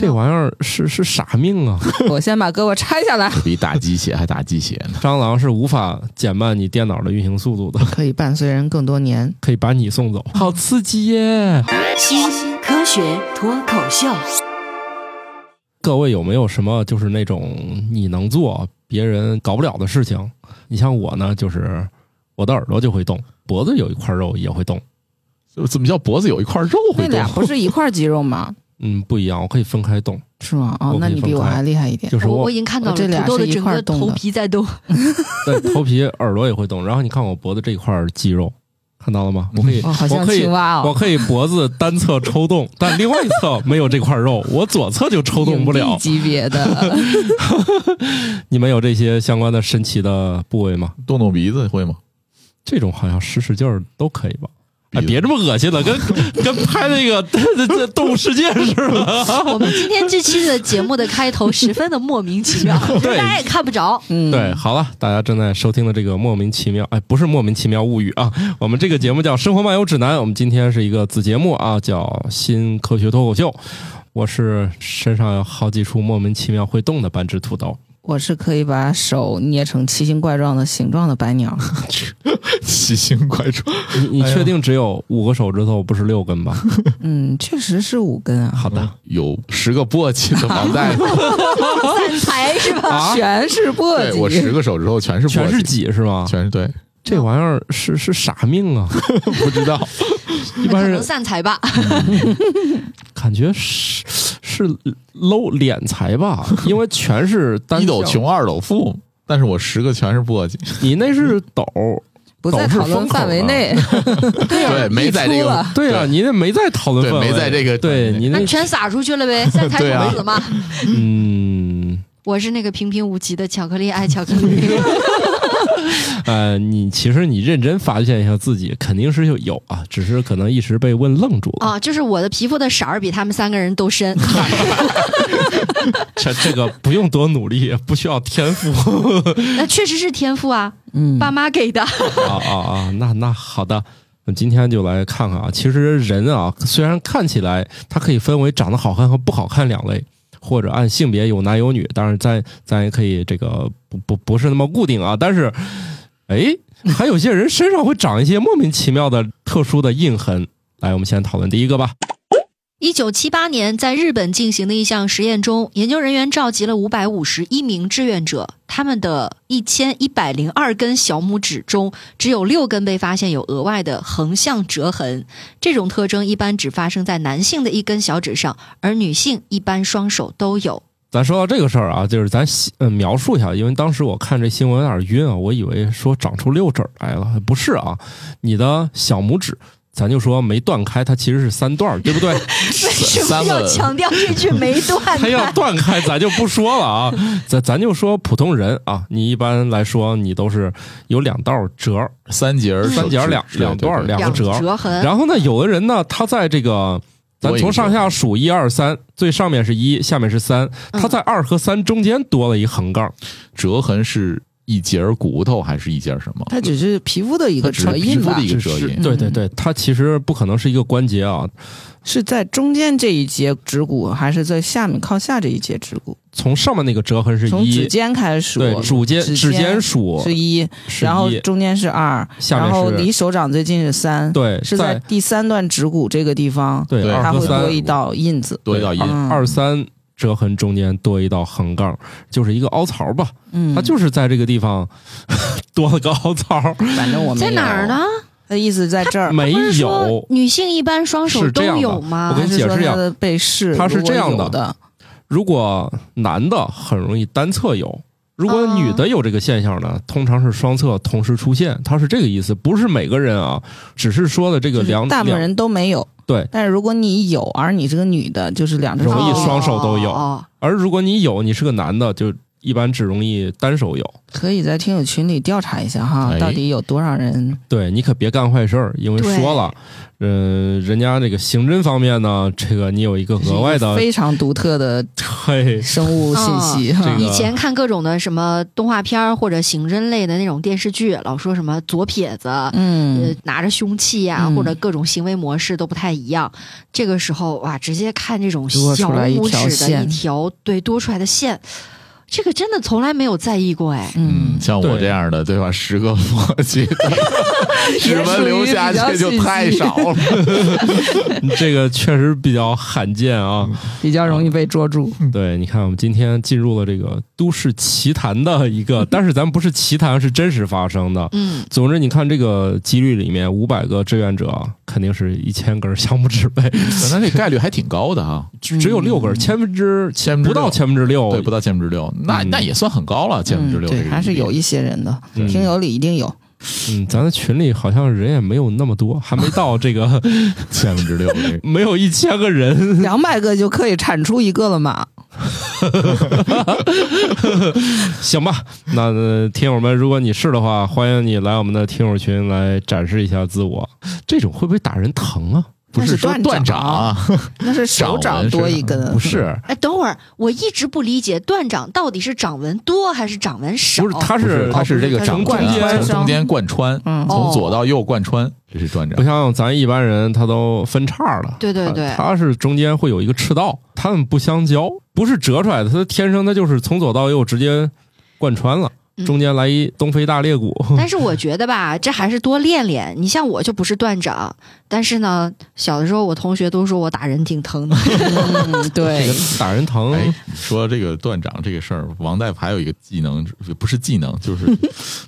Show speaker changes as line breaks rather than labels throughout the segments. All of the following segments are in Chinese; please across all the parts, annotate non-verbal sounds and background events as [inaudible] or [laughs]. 这玩意儿是是傻命啊！
[laughs] 我先把胳膊拆下来，
比打鸡血还打鸡血呢。
蟑螂是无法减慢你电脑的运行速度的，
[laughs] 可以伴随人更多年。
可以把你送走，好刺激耶！
新科学脱口秀，
各位有没有什么就是那种你能做别人搞不了的事情？你像我呢，就是我的耳朵就会动，脖子有一块肉也会动。
怎么叫脖子有一块肉
那
会动
俩？不是一块肌肉 [laughs] 吗？
嗯，不一样，我可以分开动，
是吗？
我
哦，
可以
那你比我
分开
还厉害一点。
就是
我
我
我已经看到了，
这俩
土豆
是
的
一
整
块
个
动
头
的
皮在动，
对，头皮、耳朵也会动。然后你看我脖子这一块肌肉，看到了吗？我可以，
哦，好像
我可以
青蛙
我
哦，
可以脖子单侧抽动，但另外一侧没有这块肉，我左侧就抽动不
影
了
帝。级别的。
你们有这些相关的神奇的部位吗？
动动鼻子会吗？
这种好像使使劲儿都可以吧？
鼻
哎，
子
别这么恶心了，跟 [laughs] 跟拍那个 [laughs] 这这动物世界似的。
我们今天这期的节目的开头十分的莫名其妙，
对
大家也看不着。
嗯，
对，，好了，大家正在收听的这个莫名其妙，哎，不是莫名其妙物语啊，我们这个节目叫《生活漫游指南》，我们今天是一个子节目啊，叫《新科学脱口秀》，我是身上有好几处莫名其妙会动的半只土豆。
我是可以把手捏成奇形怪状的形状的白鸟。
奇形怪状，
你你
哎呀
确定只有五个手指头，不是六根吧？
嗯，确实是五根啊，
好的，
[laughs] 有十个簸箕的王大夫，
散财是吧？
啊，
全 [laughs] 是簸
对我
箕。
十个手指头全是簸
全是
箕，
几是吗？
全是对，
这玩意儿是是傻命啊！ [laughs]
不知道
一
可
般
能
人
散财吧，
感觉是是搂敛财吧，因为全是单
一
向
斗。穷二斗富，但是我十个全是簸箕，
你那是斗，
不在讨论范围内。对
啊对没在这个
溢出了
对啊，
对
你那没在讨论
对
范围，
没在这个
对你那
那全撒出去了呗，散财
对啊
童子嘛。
嗯，
我是那个平平无奇的巧克力爱巧克力，
呃，你其实你认真发现一下自己，肯定是有有啊，只是可能一时被问愣住了。
啊，就是我的皮肤的色儿比他们三个人都深。
这这个不用多努力，不需要天赋。
那确实是天赋啊，
嗯，
爸妈给的。
啊啊啊！那那好的，我们今天就来看看啊。其实人啊，虽然看起来它可以分为长得好看和不好看两类，或者按性别有男有女，当然咱咱也可以这个不不不是那么固定啊。但是， [laughs] 哎，还有些人身上会长一些莫名其妙的特殊的印痕。来，我们先讨论第一个吧。
一九七八年，在日本进行的一项实验中，研究人员召集了五百五十一名志愿者，他们的一千一百零二根小拇指中，只有六根被发现有额外的横向折痕。这种特征一般只发生在男性的一根小指上，而女性一般双手都有。
咱说到这个事儿啊，就是咱细呃描述一下，因为当时我看这新闻有点晕啊，我以为说长出六指儿来了，不是啊，你的小拇指，咱就说没断开，它其实是三段儿，对不对？
为什
三
么要
个
强调这句没断
它要
开？
断开，咱就不说了啊，咱咱就说普通人啊，你一般来说你都是有两道儿折儿，
三节儿
三节儿两两段儿两
两
个折儿，
痕，
然后呢，有的人呢，他在这个。咱
多一个
从上下数一二三，最上面是一，下面是三，
嗯
他在二和三中间多了一横杠，
折痕是一节儿骨头还是一节儿什么？
它只是皮肤的一个
它只是
折
皮
印
肤
吧
的，一个
只
折
是
印，
对对
嗯
对，它其实不可能是一个关节啊。
是在中间这一节指骨，还是在下面靠下这一节指骨？
从上面那个折痕是
从指
一，
尖开始数，
对，指尖
指
指
尖
尖数
是一，
是
然后
一，
中间是二，
下
然后
面
离
是
手掌最近是三，
对，
是在
在
第三段指骨这个地方，
对
对
二
它
和
会
三
多一道印子。
多一道印。
嗯
二三折痕中间多一道横杠，就是一个凹槽吧，
嗯，
它就是在这个地方 [laughs] 呵呵多了个凹槽，
反正我没
在哪儿
有？
呢？
它意思在这儿，
没
不是说
有。
女性一般双手
是
都
这样的
有吗？
我跟
还
你
是
解
说
释一下
它的被试
它是
如果
这样的
有的，
如果男的很容易单侧有。如果
啊
哦
女的有这个现象呢，通常是双侧同时出现，它是这个意思，不是每个人啊，只是说的这个
就是
两
大部分
两
人都没有。
对，
但是如果你有，而你是个女的，就是两只手
容易
都有
双手都有
哦哦哦
而如果你有，你是个男的，就一般只容易单手有。
可以在听友群里调查一下哈，
哎
到底有多少人？
对你可别干坏事儿，因为
对
说了，嗯、人家这个刑侦方面呢，这个你有一个额外的，
非常独特的
嘿，
生物信息
这
哈。
个
以前看各种的什么动画片儿或者刑侦类的那种电视剧，老说什么左撇子，呃
嗯，，
拿着凶器呀、
嗯
或者各种行为模式都不太一样。这个时候哇，直接看这种
多
小
出来一
拇
条
指的一
线
条对多出来的线，这个真的从来没有在意过哎。
嗯，
像我
对
这样的，对吧？十个我觉得指
也属
纹
于
留下
比较
去就
信息
太少了。
这个确实比较罕见啊。
比较容易被捉住。
对，你看我们今天进入了这个都市奇谈的一个， [laughs] 但是咱们不是奇谈，是真实发生的。
嗯，
总之，你看这个几率里面，五百个志愿者肯定是一千根香木指呗，
那这概率还挺高的哈，
只有六根，千分之
千分之
不到
六
千分之六，
对，不到千分之六，那
哦嗯
那也算很高了，千分之
嗯，
六这
对，
个比例
还是有一些人的，
嗯
听友里一定有。
嗯，咱的群里好像人也没有那么多，还没到这个
[laughs] 千分之六这
[laughs]
个
没有一千个人。
两百个就可以产出一个了嘛？
行吧，那、呃听友们，如果你是的话，欢迎你来我们的听友群来展示一下自我。这种会不会打人疼啊？
不
那是
说
断
断
掌
掌，啊
[laughs] 那是手
掌
掌
纹
多
是
一根，
不
[laughs]
是，
哎，等会儿，我一直不理解断掌到底是掌纹多还是掌纹少？
不是，他
不
是
它
哦
是这个掌
从
纹
中
啊
间
从中间贯穿，
嗯
从左到右贯穿，这是断掌
不。像咱一般人，他都分叉了。
对对对
他他是中间会有一个赤道，他们不相交，不是折出来的，他天生他就是从左到右直接贯穿了，
嗯
中间来一东非大裂谷。
但是我觉得吧，这还是多练练。你像我就不是断掌，但是呢，小的时候我同学都说我打人挺疼的。
嗯，
这
[laughs] 对
个， [laughs] 打人疼，
哎，你说这个断掌这个事儿，王大夫还有一个技能，不是技能，
[laughs]
就是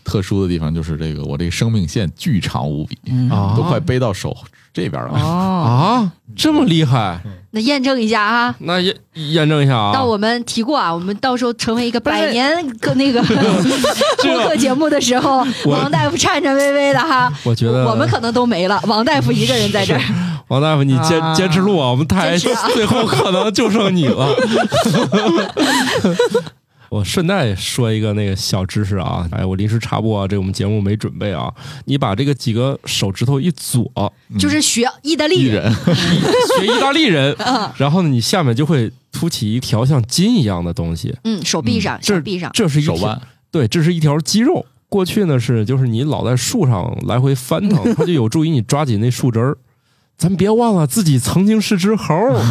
特殊的地方，就是这个我这个生命线巨长无比，
啊
都快背到手这边了。
嗯哦，
啊，这么厉害？
那验证一下啊，
那验验证一下啊。
到嗯我们提过啊，我们到时候成为一个
是
百年个那个播客节目的时候，
我
王大夫颤颤巍巍的哈，
我觉得
我们可能都没了，王大夫一个人在这儿。
王大夫，你坚、
啊
坚持录啊，我们台
坚持啊
[laughs] 最后可能就剩你
[laughs]
了。我顺带说一个那个小知识啊，哎，我临时插播啊，这个我们节目没准备啊。你把这个几个手指头一
[laughs]
左，
就是学意大
嗯一
利人，
人
学意大利人，
嗯
然后呢，你下面就会凸起一条像筋一样的东西，
嗯，手臂上，
这
手臂上，
这是一
手
条
腕，
对，这是一条肌肉。过去呢是就是你老在树上来回翻腾，它就有助于你抓紧那树枝儿。咱别忘了自己曾经是只猴儿，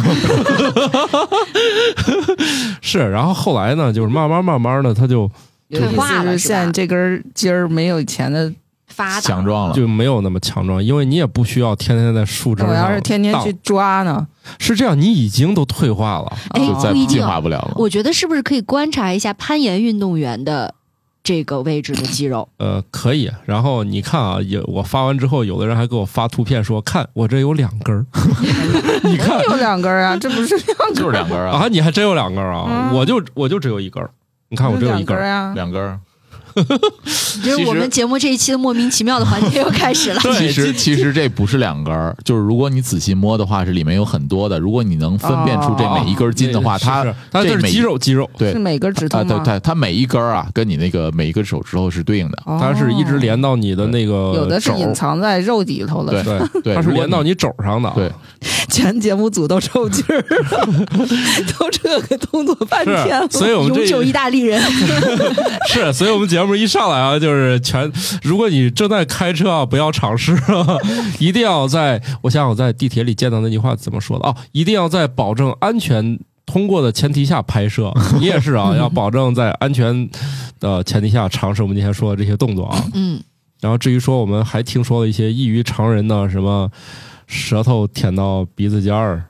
[laughs] 是。然后后来呢，就是慢慢慢慢的，它就
有
退
意
化
思
了
是
是吧
现在这根筋儿没有以前的，
发达
强。壮了。
就没有那么强壮，因为你也不需要天天在树枝
我
上荡。
要是天天去抓呢，
是这样，你已经都退化了。
哎
就
哦
再
不一定
进化不了了。
我觉得是不是可以观察一下攀岩运动员的这个位置的肌肉？
呃，可以。然后你看啊，有我发完之后，有的人还给我发图片说：“看我这有两根儿。” [laughs] 你看
有两根儿啊，这不是两
[laughs]
根儿，
就是两根儿啊，
啊，你还真有两根儿啊！
嗯
我就我就只有一根儿，你看我只有一
两
根
根儿
儿。
啊，
两根儿。
就是我们节目这一期的莫名其妙的环节又开始
[laughs]
了。
对
其实
这
其实这不是两根儿，就是如果你仔细摸的话，是里面有很多的。如果你能分辨出这每一根儿筋的话，
是
它
是它
这
这是
每
肌肉肌肉，
对
是每根指头
啊，对
吗？
对，它每一根儿啊，跟你那个每一个手指头是对应的。
哦
它是一直，连到你的那个
有的是
肘
隐藏在肉底头的
对，
对
对
它是
如果
连到你肘上的。啊
对，
全节目组都抽筋儿
[laughs]
了，都这个动作半
是
天了，，
所以我们
永
这
久意大利人，
是，所以我们节目一上来啊，就是全。如果你正在开车啊，不要尝试， [laughs] 一定要在我想想我在地铁里见到那句话怎么说的哦，一定要在保证安全通过的前提下拍摄。你也是
[laughs]
啊，要保证在安全的前提下尝试我们今天说的这些动作啊。
嗯，
然后至于说我们还听说了一些异于常人的什么舌头舔到鼻子尖儿，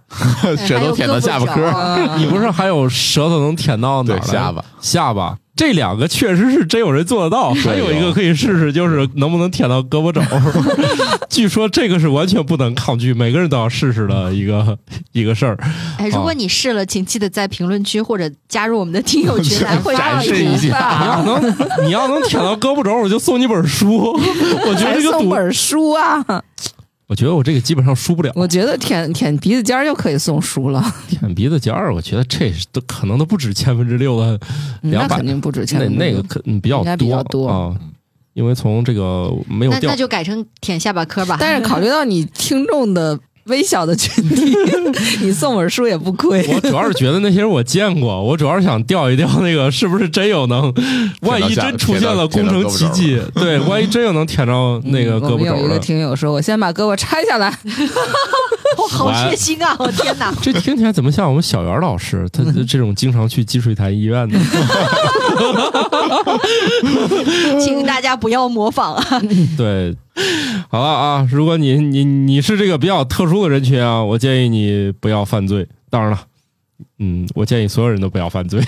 舌头舔到下巴颏儿，
啊
你不是还有舌头能舔到哪儿
对
来着
下巴。
下巴。这两个确实是真有人做得到，还有一个可以试试，就是能不能舔到胳膊肘。据说这个是完全不能抗拒，每个人都要试试的一个一个事儿。
哎，如果你试了，请记得在评论区或者加入我们的听友群来汇报
展示
一
一
下。
你
下，
要能你要能舔到胳膊肘，我就送你本书。我觉得
还
这个
送
赌
本书啊，
我觉得我这个基本上输不了。
我觉得舔舔鼻子尖儿就可以送书了，
[laughs] 舔鼻子尖儿，我觉得这是都可能都不止千分之六了，
嗯
200
那肯定不止千
那
分之
那个
六
可嗯比较
应该比较多嗯
啊，因为从这个没有
那
掉 [laughs]
那就改成舔下巴颏吧。
但是考虑到你听众的微小的群
[laughs]
体，你送本书也不亏。
我主要是觉得那些人我见过，我主要是想调一调那个是不是真有能，万一真出现了工程奇迹，对，万一真有能舔到那个
嗯
胳
我
膊
们有
肘
一个
的，
听友说，我先把胳膊拆下来，
我好
完，
血腥啊！我天 [laughs] 哪
这听起来怎么像我们小袁老师，
[laughs]
他这种经常去积水潭医院的，
请大家不要模仿啊！
[laughs] 对。好了啊，如果你你你是这个比较特殊的人群啊，我建议你不要犯罪。当然了，嗯，我建议所有人都不要犯罪。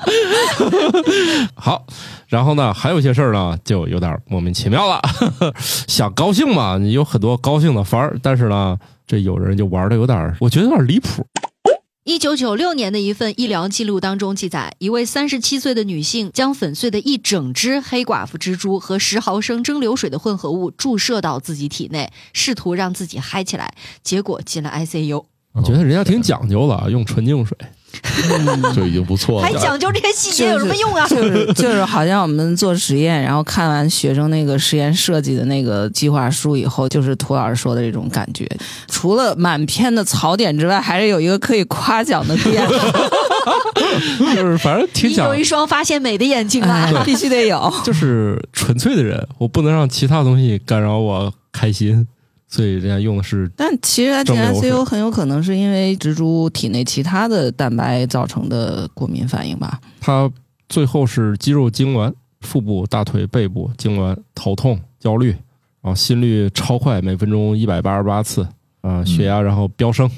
[laughs] 好，然后呢，还有一些事儿呢，就有点莫名其妙了。 [laughs] 想高兴嘛，你有很多高兴的法儿，但是呢，这有人就玩的有点儿，我觉得有点离谱。
一九九六年的一份医疗记录当中记载，一位三十七岁的女性将粉碎的一整只黑寡妇蜘蛛和十毫升蒸馏水的混合物注射到自己体内，试图让自己嗨起来，结果进了 ICU，
我觉得人家挺讲究的，啊，用纯净水。
就已经不错
还
了。
讲究这些细节有什么用啊？
就是就是好像我们做实验，然后看完学生那个实验设计的那个计划书以后，就是涂老师说的这种感觉。除了满篇的槽点之外，还是有一个可以夸奖的
[laughs]
点，
就是反正挺
你
讲
有一双发现美的眼睛啊！
哎必须得有。
[laughs] 就是纯粹的人，我不能让其他东西干扰我开心，所以人家用的是
但其实这
蒸馏
ICU
水
很有可能是因为蜘蛛体内其他的蛋白造成的过敏反应吧？
他最后是肌肉痉挛，腹部、大腿、背部痉挛，头痛、焦虑，然后心率超快，每分钟一百八十八次，啊、血压然后飙升。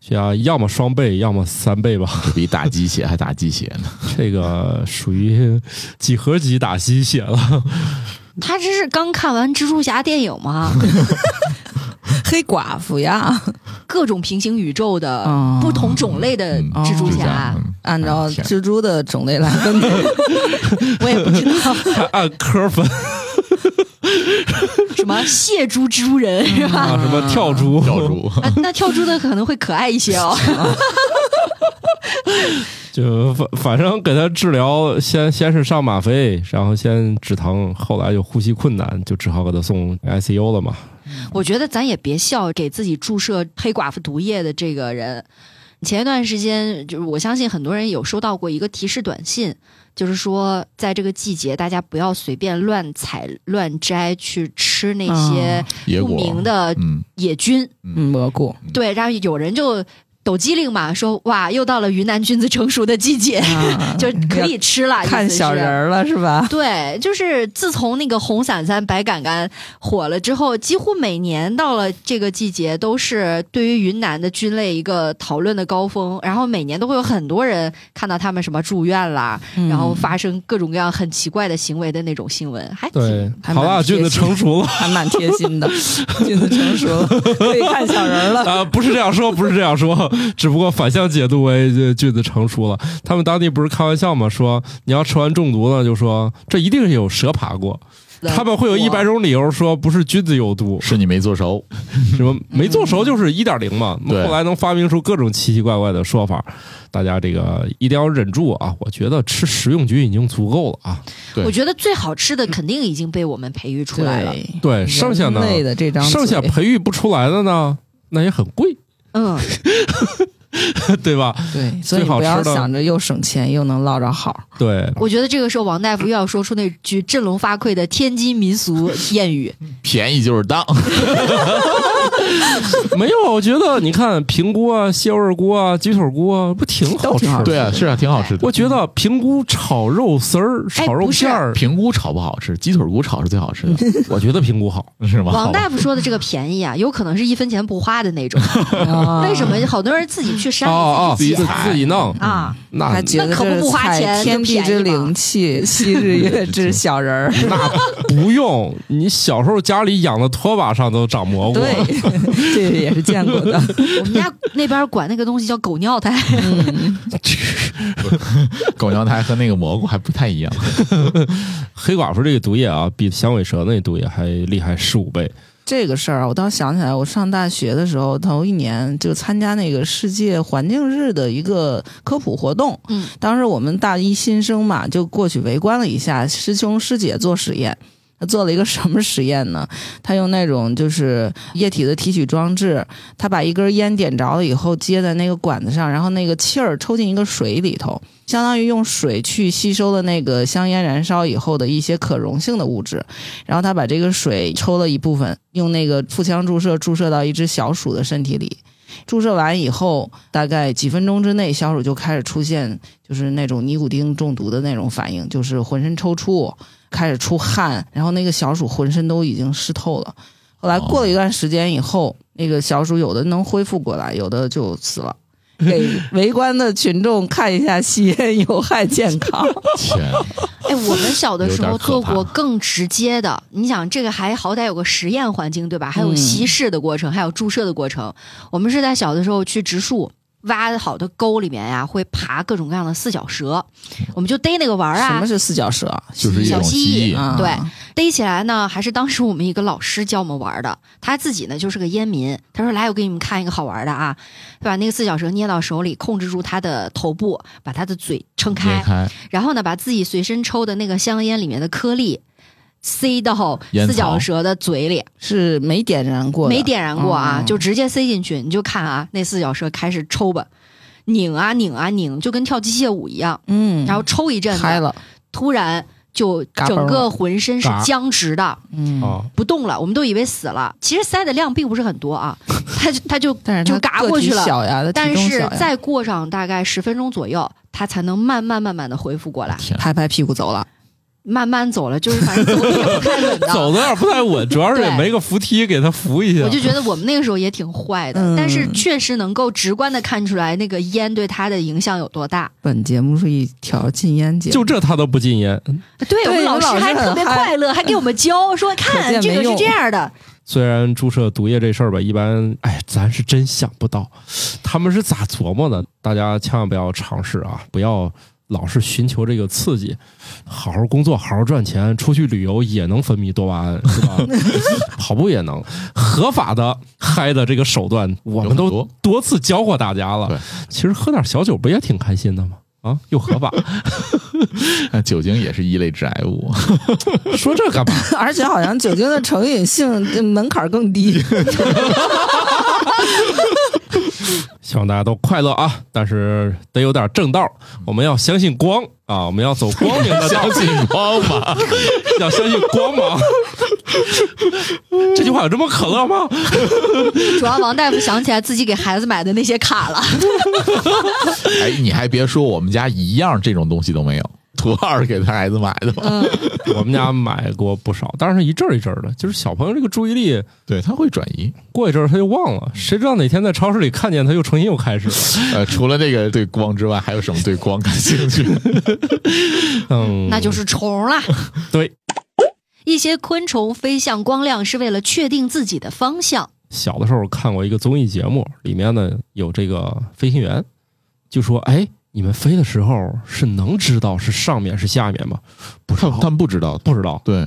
血压要么双倍，要么三倍吧。 [laughs]
比打鸡血还打鸡血呢，
这个属于几何级打鸡血了。
[laughs] 他这是刚看完蜘蛛侠电影吗？
黑寡妇呀，
各种平行宇宙的
嗯
不同种类的
嗯
蜘蛛
就这
侠
样，。嗯
按照
哎天
蜘蛛的种类来
[laughs]
分类，
我也不知道
还按科分
什么蟹蛛蜘蛛人是吧？
啊，什么跳猪、
跳猪，
啊那跳蛛的可能会可爱一些哦。
就反反正给他治疗，先先是上吗啡，然后先止疼，后来又呼吸困难，就只好给他送 ICU 了嘛。
我觉得咱也别笑给自己注射黑寡妇毒液的这个人。前一段时间，就是我相信很多人有收到过一个提示短信，就是说在这个季节，大家不要随便乱采、乱摘去吃那些
野
不
果
明的
嗯，
野菌。
嗯蘑菇。
[laughs] 对，然后有人就抖机灵嘛，说哇，又到了云南菌子成熟的季节，
啊
就可以吃了。意
看
思是
小人。儿了是
[laughs]
吧？
对，就是自从那个红伞伞、白杆杆火了之后，几乎每年到了这个季节，都是对于云南的菌类一个讨论的高峰。然后每年都会有很多人看到他们什么住院啦，
嗯
嗯
然后发生各种各样很奇怪的行为的那种新闻，还挺
对，
还
好啦，
蛮贴
菌
心
子成熟
[laughs]
了
还蛮贴心的，菌子成熟
[laughs]
了，可以看小人儿了。
啊、不是这样说，不是这样说，只不过反向解读为这菌子成熟了。他们当地不是开玩笑嘛，说你要吃完中毒了，就说这一定是有蛇爬过。他们会有一百种理由说不是菌子有毒，
是你没做熟，
什
嗯
么没做熟就是一点零嘛，
对
后来能发明出各种奇奇怪怪的说法，大家这个一定要忍住啊！我觉得吃食用菌已经足够了啊。
对
我觉得最好吃的肯定已经被我们培育出来了。
对，
对，剩下呢
人，类的这张嘴
剩下培育不出来的呢，那也很贵， [laughs]
嗯，
对吧？
对，所以
最好
不要
吃的
想着又省钱又能落着好。
对，
我觉得这个时候王大夫又要说出那句振聋发聩的天津民俗谚语，
便宜就是当，
没有，我觉得你看平菇啊、蟹味儿菇啊、鸡腿菇啊，不挺好
都
吃
挺好
的？
吃
对啊，是啊，挺好吃的。
我觉得平菇炒肉丝儿、
哎
炒肉
不是
片儿，
平菇炒不好吃，鸡腿骨炒是最好吃的，
我觉得平菇好。
是吗？
王
好吧
大夫说的这个便宜啊，有可能是一分钱不花的那种。
啊
为什么好多人自己去山
哦哦，
里自己
自
采
自己弄，
啊？
那
还觉得
那可不
这
不花
菜
钱
天
就
地
便宜
之
嘛
灵气， [laughs] 昔日月之小人儿。
那不用，你小时候家里养的拖把上都长蘑菇。啊
对， [laughs] 这个也是见
[laughs]
过的。
我们家那边管那个东西叫狗尿苔，
狗娘胎和那个蘑菇还不太一样，
黑寡妇这个毒液啊，比响尾蛇那毒液还厉害十五倍。
这个事儿啊，我当时想起来，我上大学的时候头一年就参加那个世界环境日的一个科普活动，
嗯，
当时我们大一新生嘛，就过去围观了一下，师兄师姐做实验。他做了一个什么实验呢？ [laughs] 他用那种就是液体的提取装置，他把一根烟点着了以后接在那个管子上，然后那个气儿抽进一个水里头，相当于用水去吸收了那个香烟燃烧以后的一些可溶性的物质，然后他把这个水抽了一部分，用那个腹腔注射注射到一只小鼠的身体里。注射完以后，大概几分钟之内，小鼠就开始出现就是那种尼古丁中毒的那种反应，就是浑身抽搐，开始出汗，然后那个小鼠浑身都已经湿透了。后来过了一段时间以后，那个小鼠有的能恢复过来，有的就死了。给围观的群众看一下吸烟有害健康。
[laughs]
天，
[laughs] 哎，我们小的时候
有点可
做
怕
过更直接的，你想这个还好歹有个实验环境对吧？还有
嗯
稀释的过程，还有注射的过程。我们是在小的时候去植树。挖好的沟里面呀、会爬各种各样的四脚蛇，我们就逮那个玩
[laughs]
儿
什
啊
么，是四脚蛇？
就是一
小
种
蜥
蜥
蜴
蜴，
啊，
对逮起来呢，还是当时我们一个老师教我们玩儿的。他自己呢就是个烟民，他说：“来，我给你们看一个好玩儿的啊，把那个四脚蛇捏到手里，控制住它的头部，把它的嘴撑
捏
开，
开
然后呢，把自己随身抽的那个香烟里面的颗粒塞到
烟
四
草
脚蛇的嘴里，
是没点燃过的，
没点燃过
哦
啊，就直接塞进去。你就看啊，那四脚蛇开始抽吧，拧啊拧啊拧，就跟跳机械舞一样，
嗯，
然后抽一阵子，
开了，
突然就整个浑身是
嘎嘣了
僵直的，
嗯，
啊，
哦
不动了，我们都以为死了。其实塞的量并不是很
[laughs]
多啊，它就它就
但是它
就嘎
个
过
体
去了
小呀，它体
但
重小
是
呀
再过上大概十分钟左右，它才能慢慢慢慢的恢复过来。
天，
拍拍屁股走了，
慢慢走了，就是反正走的也不太
[laughs]
稳的，
走的有点不太稳，主要是也没个扶梯给他扶一下
我。就觉得我们那个时候也挺坏的，
嗯
但是确实能够直观的看出来那个烟对他的影响有多大。
本节目是一条禁烟节目，
就这他都不禁烟，
对我们
我们
老师
老师
还特别
很嗨
快
[laughs]
乐，还给我们教说
可
看
见
这个
没
是
用
这样的，
虽然注射毒液这事儿吧，一般哎，咱是真想不到他们是咋琢磨的。大家千万不要尝试啊，不要老是寻求这个刺激，好好工作，好好赚钱，出去旅游也能分泌多巴胺，是
[laughs]
吧？跑步也能，合法的嗨的这个手段，我
有
们
很
都
多
多次教过大家了
对。
其实喝点小酒不也挺开心的吗？啊，又合法，
但酒精也是一类致
[laughs]
癌物，
说这干嘛？
而且好像酒精的成瘾性这门槛更低。
希望大家都快乐啊！但是得有点正道，
嗯
我们要相信光啊！我们要走光明的道
相
路，
[laughs]
信光吧，
要相信光芒。这句话有这么可乐吗？
主要王大夫想起来自己给孩子买的那些卡了，
哎，你还别说，我们家一样这种东西都没有。图二给他孩子买的
嗯
嘛，
我们家买过不少，但是一阵儿一阵儿的，就是小朋友这个注意力
对他会转移。
过一阵儿他就忘了，谁知道哪天在超市里看见他又重新又开
[laughs]
始了。
呃，除了这个对光之外，还有什么对光感兴趣？
嗯，
那就是
[laughs]
虫了。
对
一些昆虫飞向光亮是为了确定自己的方向。
小的时候看过一个综艺节目，里面呢有这个飞行员，就说：“哎，你们飞的时候是能知道是上面是下面吗？” [laughs] 不知
他
道，
他们不知道，
不知道。
对，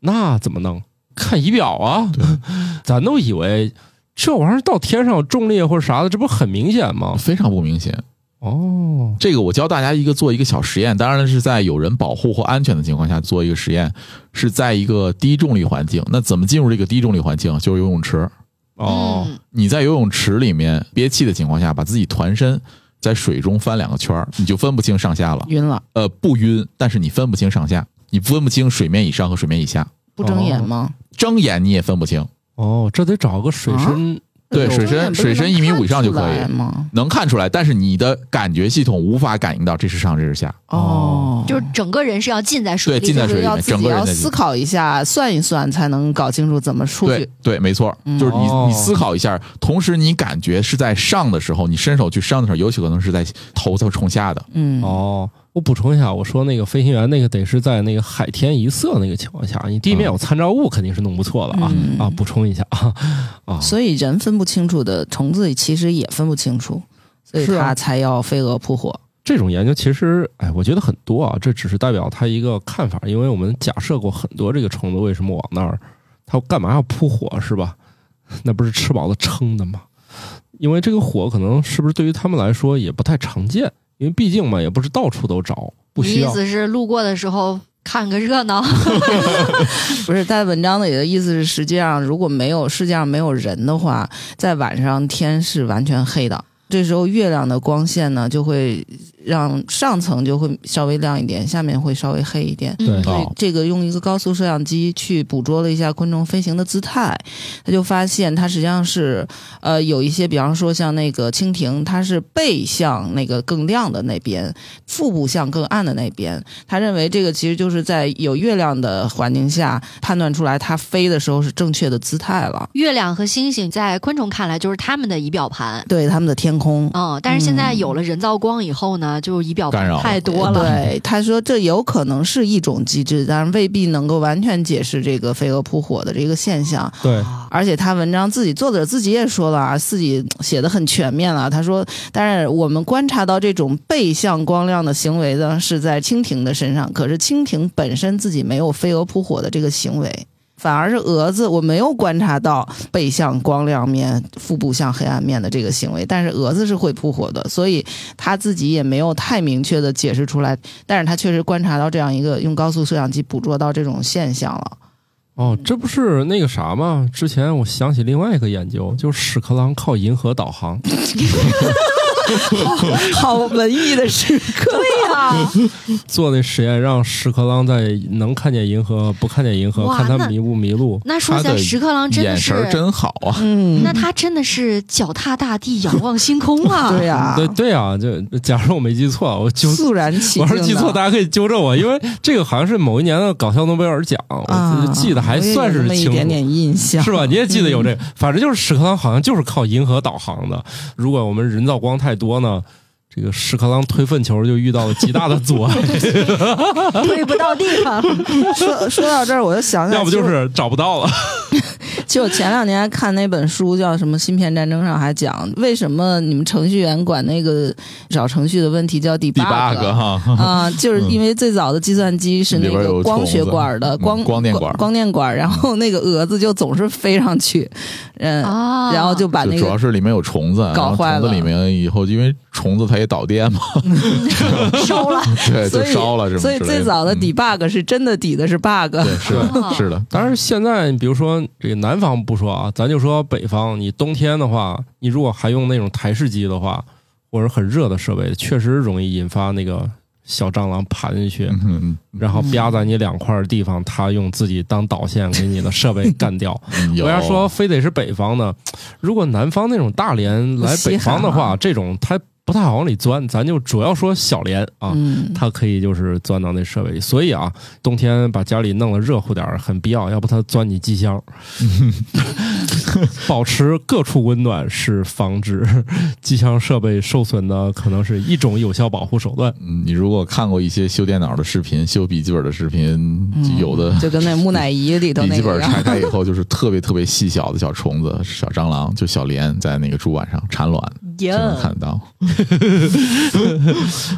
那怎么弄？看仪表啊， [laughs] 咱都以为这玩意儿到天上重力或者啥的，这不很明显吗？
非常不明显。
哦，
这个我教大家一个做一个小实验，当然是在有人保护或安全的情况下做一个实验，是在一个低重力环境。那怎么进入这个低重力环境？就是游泳池。
哦，
嗯，
你在游泳池里面憋气的情况下，把自己团身在水中翻两个圈儿，你就分不清上下了。
[laughs] 晕了，
呃，不晕，但是你分不清上下，你分不清水面以上和水面以下，
不睁眼吗？
睁眼你也分不清。
哦，这得找个水深，
对，水
睁眼
深
哎不是
水深一米
能
五以上就可
看出来
以，
吗？
能看出来，但是你的感觉系统无法感应到这是上这是下。
哦，
就是整个人是要浸在
对
水里
浸
的，
在水里
要
面，
自
整
己
个人
要
的
思考一下，算一算才能搞清楚怎么出
对
去。
对，没错，
嗯
就是你
哦
你思考一下，同时你感觉是在上的时候，你伸手去上的时候，有可能是在头在冲下的，
嗯，
哦。我补充一下，我说那个飞行员那个得是在那个海天一色那个情况下，你地面有参照物肯定是弄不错了啊、
嗯
啊！补充一下啊啊，
所以人分不清楚的虫子其实也分不清楚，所以
是啊
它才要飞蛾扑火。
这种研究其实，哎，我觉得很多啊，这只是代表他一个看法，因为我们假设过很多这个虫子为什么往那儿，他干嘛要扑火是吧？ [laughs] 那不是吃饱了撑的吗？因为这个火可能是不是对于他们来说也不太常见，因为毕竟嘛也不是到处都着，不
你
需
意
要。
思是路过的时候看个热闹？
不是，在文章里的意思是，实际上如果没有世界上没有人的话，在晚上天是完全黑的。这时候月亮的光线呢，就会让上层就会稍微亮一点，下面会稍微黑一点。
嗯
对
所以
哦
这个用一个高速摄像机去捕捉了一下昆虫飞行的姿态，他就发现它实际上是，呃，有一些，比方说像那个蜻蜓，它是背向那个更亮的那边，腹部向更暗的那边。他认为这个其实就是在有月亮的环境下判断出来它飞的时候是正确的姿态了。
月亮和星星在昆虫看来就是它们的仪表盘。
对他们的天空，
嗯，但是现在有了人造光以后呢，就仪表
干扰
盘
了
太多了。
对，他说这有可能是一种机制，但是未必能够完全解释这个飞蛾扑火的这个现象。
对，
而且他文章自己作者自己也说了啊，自己写的很全面了。他说，但是我们观察到这种背向光亮的行为呢，是在蜻蜓的身上，可是蜻蜓本身自己没有飞蛾扑火的这个行为。反而是蛾子，我没有观察到背向光亮面、腹部向黑暗面的这个行为，但是蛾子是会扑火的，所以他自己也没有太明确的解释出来，但是他确实观察到这样一个用高速摄像机捕捉到这种现象了。
哦，这不是那个啥吗？之前我想起另外一个研究，就是屎壳郎靠银河导航。
[laughs]
好文艺的时刻。
对
[laughs]
哎呀，
做那实验，让屎壳郎在能看见银河，不看见银河，
哇
看
那
它迷不迷路。
那说起
它
来，
的
屎壳郎真的
眼神
是
儿，真好啊！
嗯
那他真的是脚踏大地，仰望星空啊！
[laughs] 对呀、
对对啊，就假如我没记错，啊我纠
肃然起敬
我
的。
要是记错，大家可以纠正我，因为这个好像是某一年的搞笑诺贝尔奖，
啊，
我记得还算
我也有
是
那么
清
一
楚。
点点印象，嗯
是吧？你也记得有这个，反正就是屎壳郎好像就是靠银河导航的。如果我们人造光太多呢，这个屎壳郎推粪球就遇到了极大的阻
[laughs]
碍，
推不到地方。
说说到这儿，我就想起来，
要不就是找不到了。
其实我前两年看那本书叫什么《芯片战争》上还讲，为什么你们程序员管那个找程序的问题叫 debug
第八个哈，
啊、就是因为最早的计算机是那
里边
个
有
光学管
虫
的
子
光
嗯光电管
光电管，然后那个蛾子就总是飞上去，嗯，
啊，
然后就把
就
那
主
个
要是里面有虫子，啊然
搞
后
坏
虫子
了
里面以后因为虫子它也导电嘛， [laughs]
收了。
对，
所
就
以
烧了什么之
所
类
以
的。
最早的
嗯
debug 是真的抵的是 bug，
对，是
哦
的， [laughs] 是的，
当然，现在比如说这个南方不说啊，咱就说北方，你冬天的话，你如果还用那种台式机的话，或者很热的设备，确实容易引发那个小蟑螂爬进去，
嗯嗯
然后吧嗒你两块地方，它用自己当导线给你的设备干掉。
嗯， [laughs] 有
我要说非得是北方的，如果南方那种大连来北方的
稀罕
[laughs]
话，
啊
这种它不太好往里钻，咱就主要说小连啊。
嗯，
它可以就是钻到那设备里。所以啊，冬天把家里弄得热乎点儿很必要，要不它钻你机
[laughs]
箱。保持各处温暖是防止机箱设备受损的可能是一种有效保护手段。
嗯，你如果看过一些修电脑的视频、修笔记本的视频，
嗯
有 [laughs] 的
就跟那木乃伊里头
笔
那
记本
个一样。[laughs]
拆开以后，就是特别特别细小的小虫子、小蟑螂，就小莲在那个主板上产卵，就能看得到。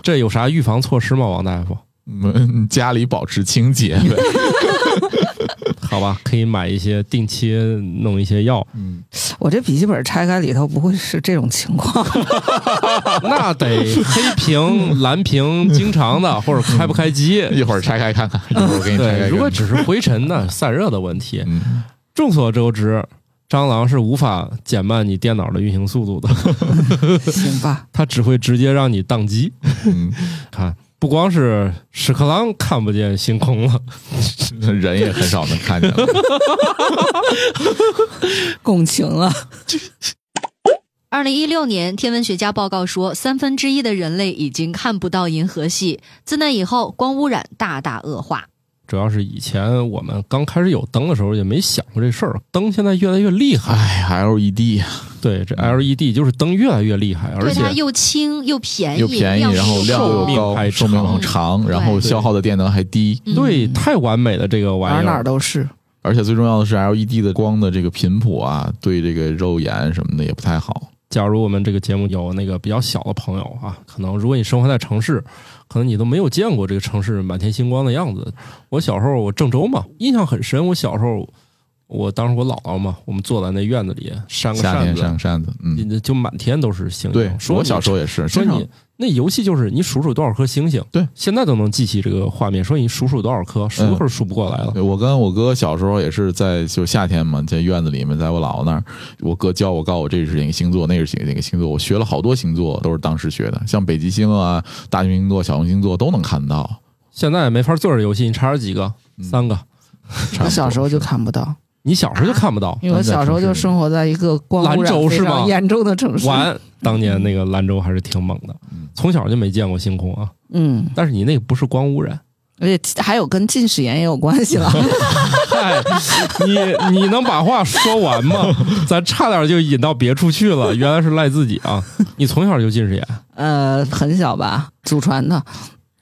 这有啥预防措施吗，王大夫？
嗯，家里保持清洁
[laughs]
呗。
好吧，可以买一些定期弄一些药，
嗯，
我这笔记本拆开里头不会是这种情
[laughs]
况，
那得黑屏、蓝屏经常的，或者开不开机。
一会儿拆开看看，一会儿我给你拆
对，
嗯开。
如果只是灰尘呢，散热的问题，
嗯，
众所周知，蟑螂是无法减慢你电脑的运行速度的，
行吧？
它只会直接让你宕机。
嗯
看，不光是屎壳郎看不见星空了，
嗯人也很少能看见了。
共情啊了，
二零一六年，天文学家报告说，三分之一的人类已经看不到银河系。自那以后，光污染大大恶化。
主要是以前我们刚开始有灯的时候也没想过这事儿，灯现在越来越厉害。
哎，LED
对，这 LED 就是灯越来越厉害，而
对它
且
又轻又便宜，
又便宜，
量
然后
又
量
够
寿
又
命还
高，寿命又长，然后
对
消耗的电能还低，
嗯
对太完美的这个
哪儿
玩意
哪儿
儿，
都是。
而且最重要的是 LED 的光的这个频谱啊，对这个肉眼什么的也不太好。
假如我们这个节目有那个比较小的朋友啊，可能如果你生活在城市，可能你都没有见过这个城市满天星光的样子。我小时候我郑州嘛，印象很深。我小时候我当时我姥姥嘛，我们坐在那院子里扇个
夏
扇
天
子
上，扇子，嗯，
你就满天都是星星。
对，
说
我
你
小时候也是，
说
身上
你那游戏就是你数数多少颗星星，
对，
现在都能记起这个画面。说你数数多少颗，数
嗯
都数不过来了。
对我跟我哥小时候也是在就夏天嘛，在院子里面，在我姥姥那儿，我哥教我告诉我这是哪个星座，那是哪个星座，我学了好多星座，都是当时学的，像北极星啊、大熊星座、小熊星座都能看到。
现在没法做这游戏，你查查几个，
嗯
三个。
我
差不多
小时候就看不到，
你小时候就看不到，
因为我小时候就生活在一个光污
兰
染
州
非
是吗
常严重的城市。
完，当年那个兰州还是挺猛的
嗯，
从小就没见过星空啊。
嗯，
但是你那个不是光污染，
而且还有跟近视眼也有关系了。
[laughs]
嗨，你你能把话说完吗？咱差点就引到别处去了，原来是赖自己啊！你从小就近视眼，
呃，很小吧，祖传的。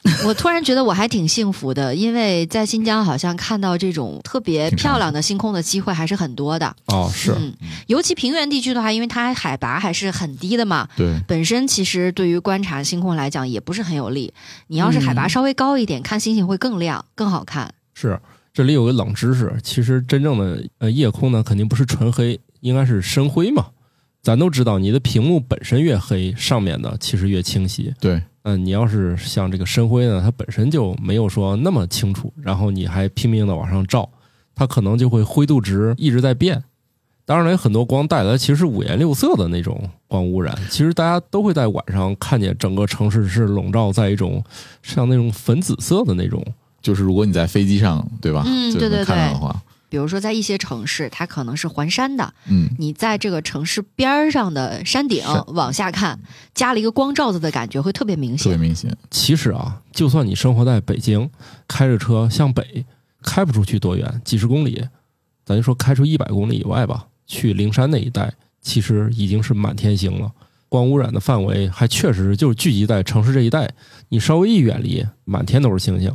[laughs] 我突然觉得我还挺幸福的，因为在新疆好像看到这种特别
挺常
漂亮的星空的机会还是很多的。
哦，是
嗯，尤其平原地区的话，因为它海拔还是很低的嘛，
对，
本身其实对于观察星空来讲也不是很有利。你要是海拔
嗯
稍微高一点，看星星会更亮、更好看。
是。这里有个冷知识，其实真正的呃夜空呢，肯定不是纯黑，应该是深灰嘛。咱都知道，你的屏幕本身越黑，上面的其实越清晰。
对，
嗯，你要是像这个深灰呢，它本身就没有说那么清楚，然后你还拼命的往上照，它可能就会灰度值一直在变。当然了，有很多光带来其实是五颜六色的那种光污染，其实大家都会在晚上看见整个城市是笼罩在一种像那种粉紫色的那种。
就是如果你在飞机上，对吧？
嗯
就
对对
能看到
对
的话，
比如说，在一些城市，它可能是环山的，
嗯，
你在这个城市边儿上的山顶
山
往下看，加了一个光罩子的感觉会特别明
特别
显。
明显。
其实啊，就算你生活在北京，开着车向北，开不出去多远，几十公里，咱就说开出一百公里以外吧，去灵山那一带，其实已经是满天星了。光污染的范围还确实就是聚集在城市这一带，你稍微一远离，满天都是星星。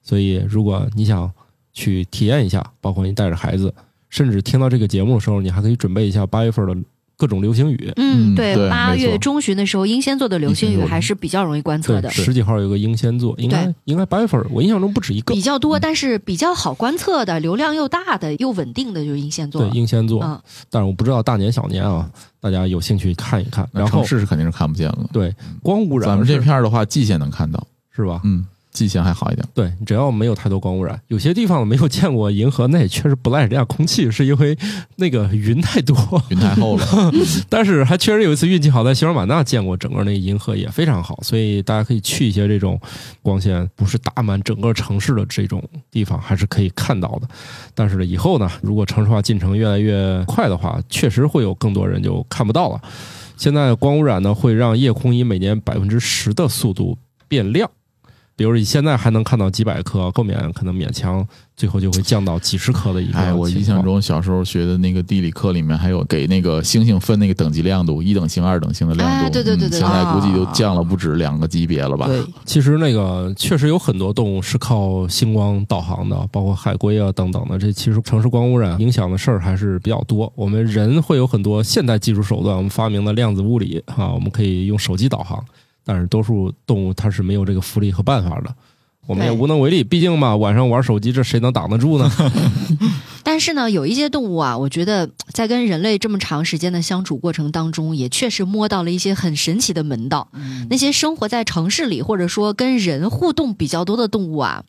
所以，如果你想去体验一下，包括你带着孩子，甚至听到这个节目的时候，你还可以准备一下八月份的各种流星雨。
嗯
嗯，
对
对，八
没错
月中旬的时候，英仙座的流星
英仙
雨
座
还是比较容易观测
对，
的。
十几号有个英仙座，应该
对
应该八月份，我印象中不止一个。
比较多，
嗯
但是比较好观测的、流量又大的、又稳定的就是英仙座
对，
了。
英仙座，
嗯
但是我不知道大年小年啊，大家有兴趣看一看。
那
然后
城市是肯定是看不见了。
对光污染
咱们这
是
片儿的话，蓟县能看到，
是吧？
嗯，蓟县还好一点。
[laughs] 对，只要没有太多光污染，有些地方没有见过银河，那也确实不赖人家空气，是因为那个云太多。
云太厚了，
[laughs] 但是还确实有一次运气好，在西双版纳见过整个那个银河也非常好，所以大家可以去一些这种光线不是打满整个城市的这种地方，还是可以看到的。但是呢，以后呢，如果城市化进程越来越快的话，确实会有更多人就看不到了。现在光污染呢，会让夜空以每年百分之十的速度变亮。比如你现在还能看到几百颗，后面可能勉强最后就会降到几十颗的一个情况。[laughs]
哎，我印象中小时候学的那个地理课里面还有给那个星星分那个等级亮度，一等星、二等星的亮度。
哎对对对
嗯现
对
在估计都
啊
降了不止两个级别了吧？
对，
其实那个确实有很多动物是靠星光导航的，包括海龟啊等等的。这其实城市光污染影响的事儿还是比较多。我们人会有很多现代技术手段，我们发明的量子物理啊，我们可以用手机导航，但是多数动物它是没有这个福利和办法的。我们也
对
无能为力，毕竟嘛，晚上玩手机这谁能挡得住呢？
但是呢，有一些动物啊，我觉得在跟人类这么长时间的相处过程当中，也确实摸到了一些很神奇的门道。那些生活在城市里或者说跟人互动比较多的动物啊，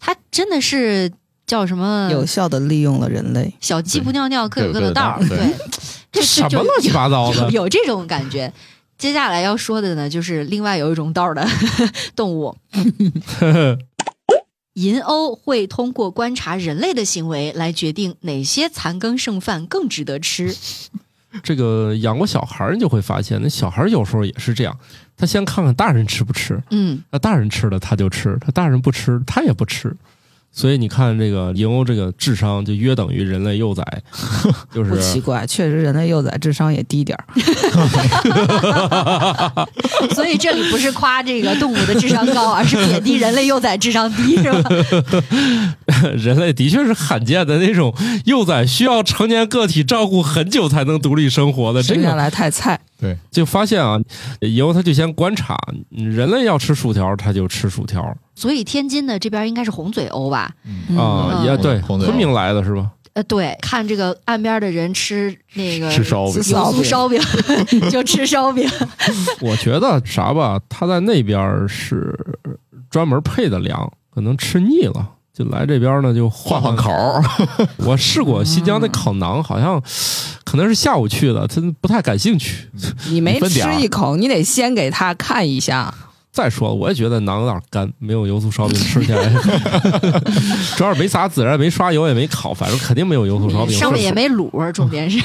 它真的是叫什
嗯
么？
有效的利用了人类。
小鸡不尿尿，各有各的道儿。
各有各的道儿
对，这
什
这
么
就
乱七八糟的
有？有这种感觉。接下来要说的呢，就是另外有一种道儿的 [laughs] 动物，银鸥会通过观察人类的行为来决定哪些残羹剩饭更值得吃。
这个养过小孩儿，你就会发现，那小孩儿有时候也是这样，他先看看大人吃不吃，
嗯，
那大人吃了他就吃，他大人不吃他也不吃。所以你看，这个银鸥这个智商就约等于人类幼崽，就
不奇
是
怪，确实人类幼崽智商也低点儿。
所以这里不是夸这个动物的智商高，啊而是贬低人类幼崽智商低，是吧？
[laughs]
[laughs]
人类的确是罕见的那种幼崽需要成年个体照顾很久才能独立生活的。这
生下
个
来太菜，
对，
就发现啊，银鸥它就先观察，人类要吃薯条它就吃薯条
所以天津的这边应该是红嘴鸥吧？
嗯
啊，
嗯
也对，
红嘴鸥
昆明来的是吧？
呃，对，看这个岸边的人吃那个
吃烧饼
油酥烧饼， [laughs] 就吃烧饼。
我觉得啥吧，他在那边儿是专门配的粮，可能吃腻了，就来这边儿呢就换
换换口儿，
[laughs] 我试过新疆那烤馕，好像可能是下午去的，他不太感兴趣。
你没
你分
吃
点儿
一口，你得先给他看一下。
再说了，我也觉得馕有点干，没有油酥烧饼吃起来， [laughs] 主要是没撒孜然，没刷油，也没烤，反正肯定没有油酥烧饼。
上面也没卤，啊重点是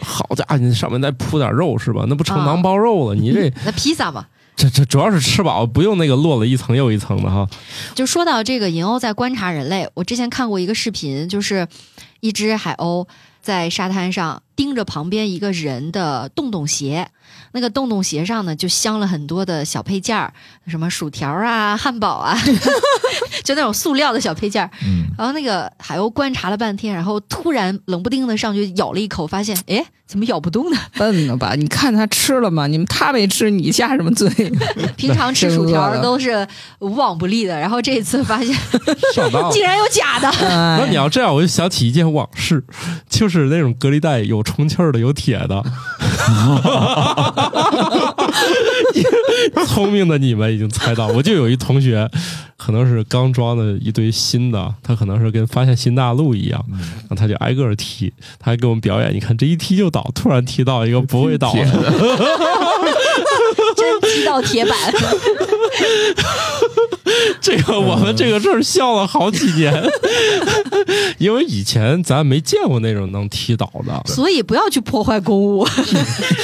好家伙，你上面再铺点肉是吧？那不成
啊
馕包肉了？你这
那披萨嘛。
这
[laughs]
这主要是吃饱，不用那个落了一层又一层的哈。
就说到这个银鸥在观察人类，我之前看过一个视频，就是一只海鸥在沙滩上盯着旁边一个人的洞洞鞋，那个洞洞鞋上呢就镶了很多的小配件儿，什么薯条啊、汉堡啊， [laughs] 就那种塑料的小配件儿。
嗯，
然后那个海鸥观察了半天，然后突然冷不丁的上去咬了一口，发现哎怎么咬不动呢？ [laughs]
笨了吧？你看他吃了吗？你们他没吃，你下什么
[laughs]
罪？
平常吃
真
薯条
饿
儿
了
都是无往不利的，然后这次发现
上当了
竟然有假的。
那
哎
你要这样，我就想起一件往事， [laughs] 就是那种隔离带有充气儿的，有铁的。 [laughs] 聪明的你们已经猜到，我就有一同学，可能是刚装的一堆新的，他可能是跟发现新大陆一样，然后他就挨个儿踢，他还给我们表演，你看这一踢就倒，突然踢到一个不会倒
铁
的，
[laughs] 真踢到铁板，
[laughs] 这个我们这个事儿笑了好几年， [laughs] 因为以前咱没见过那种能踢倒的，
所以不要去破坏公物。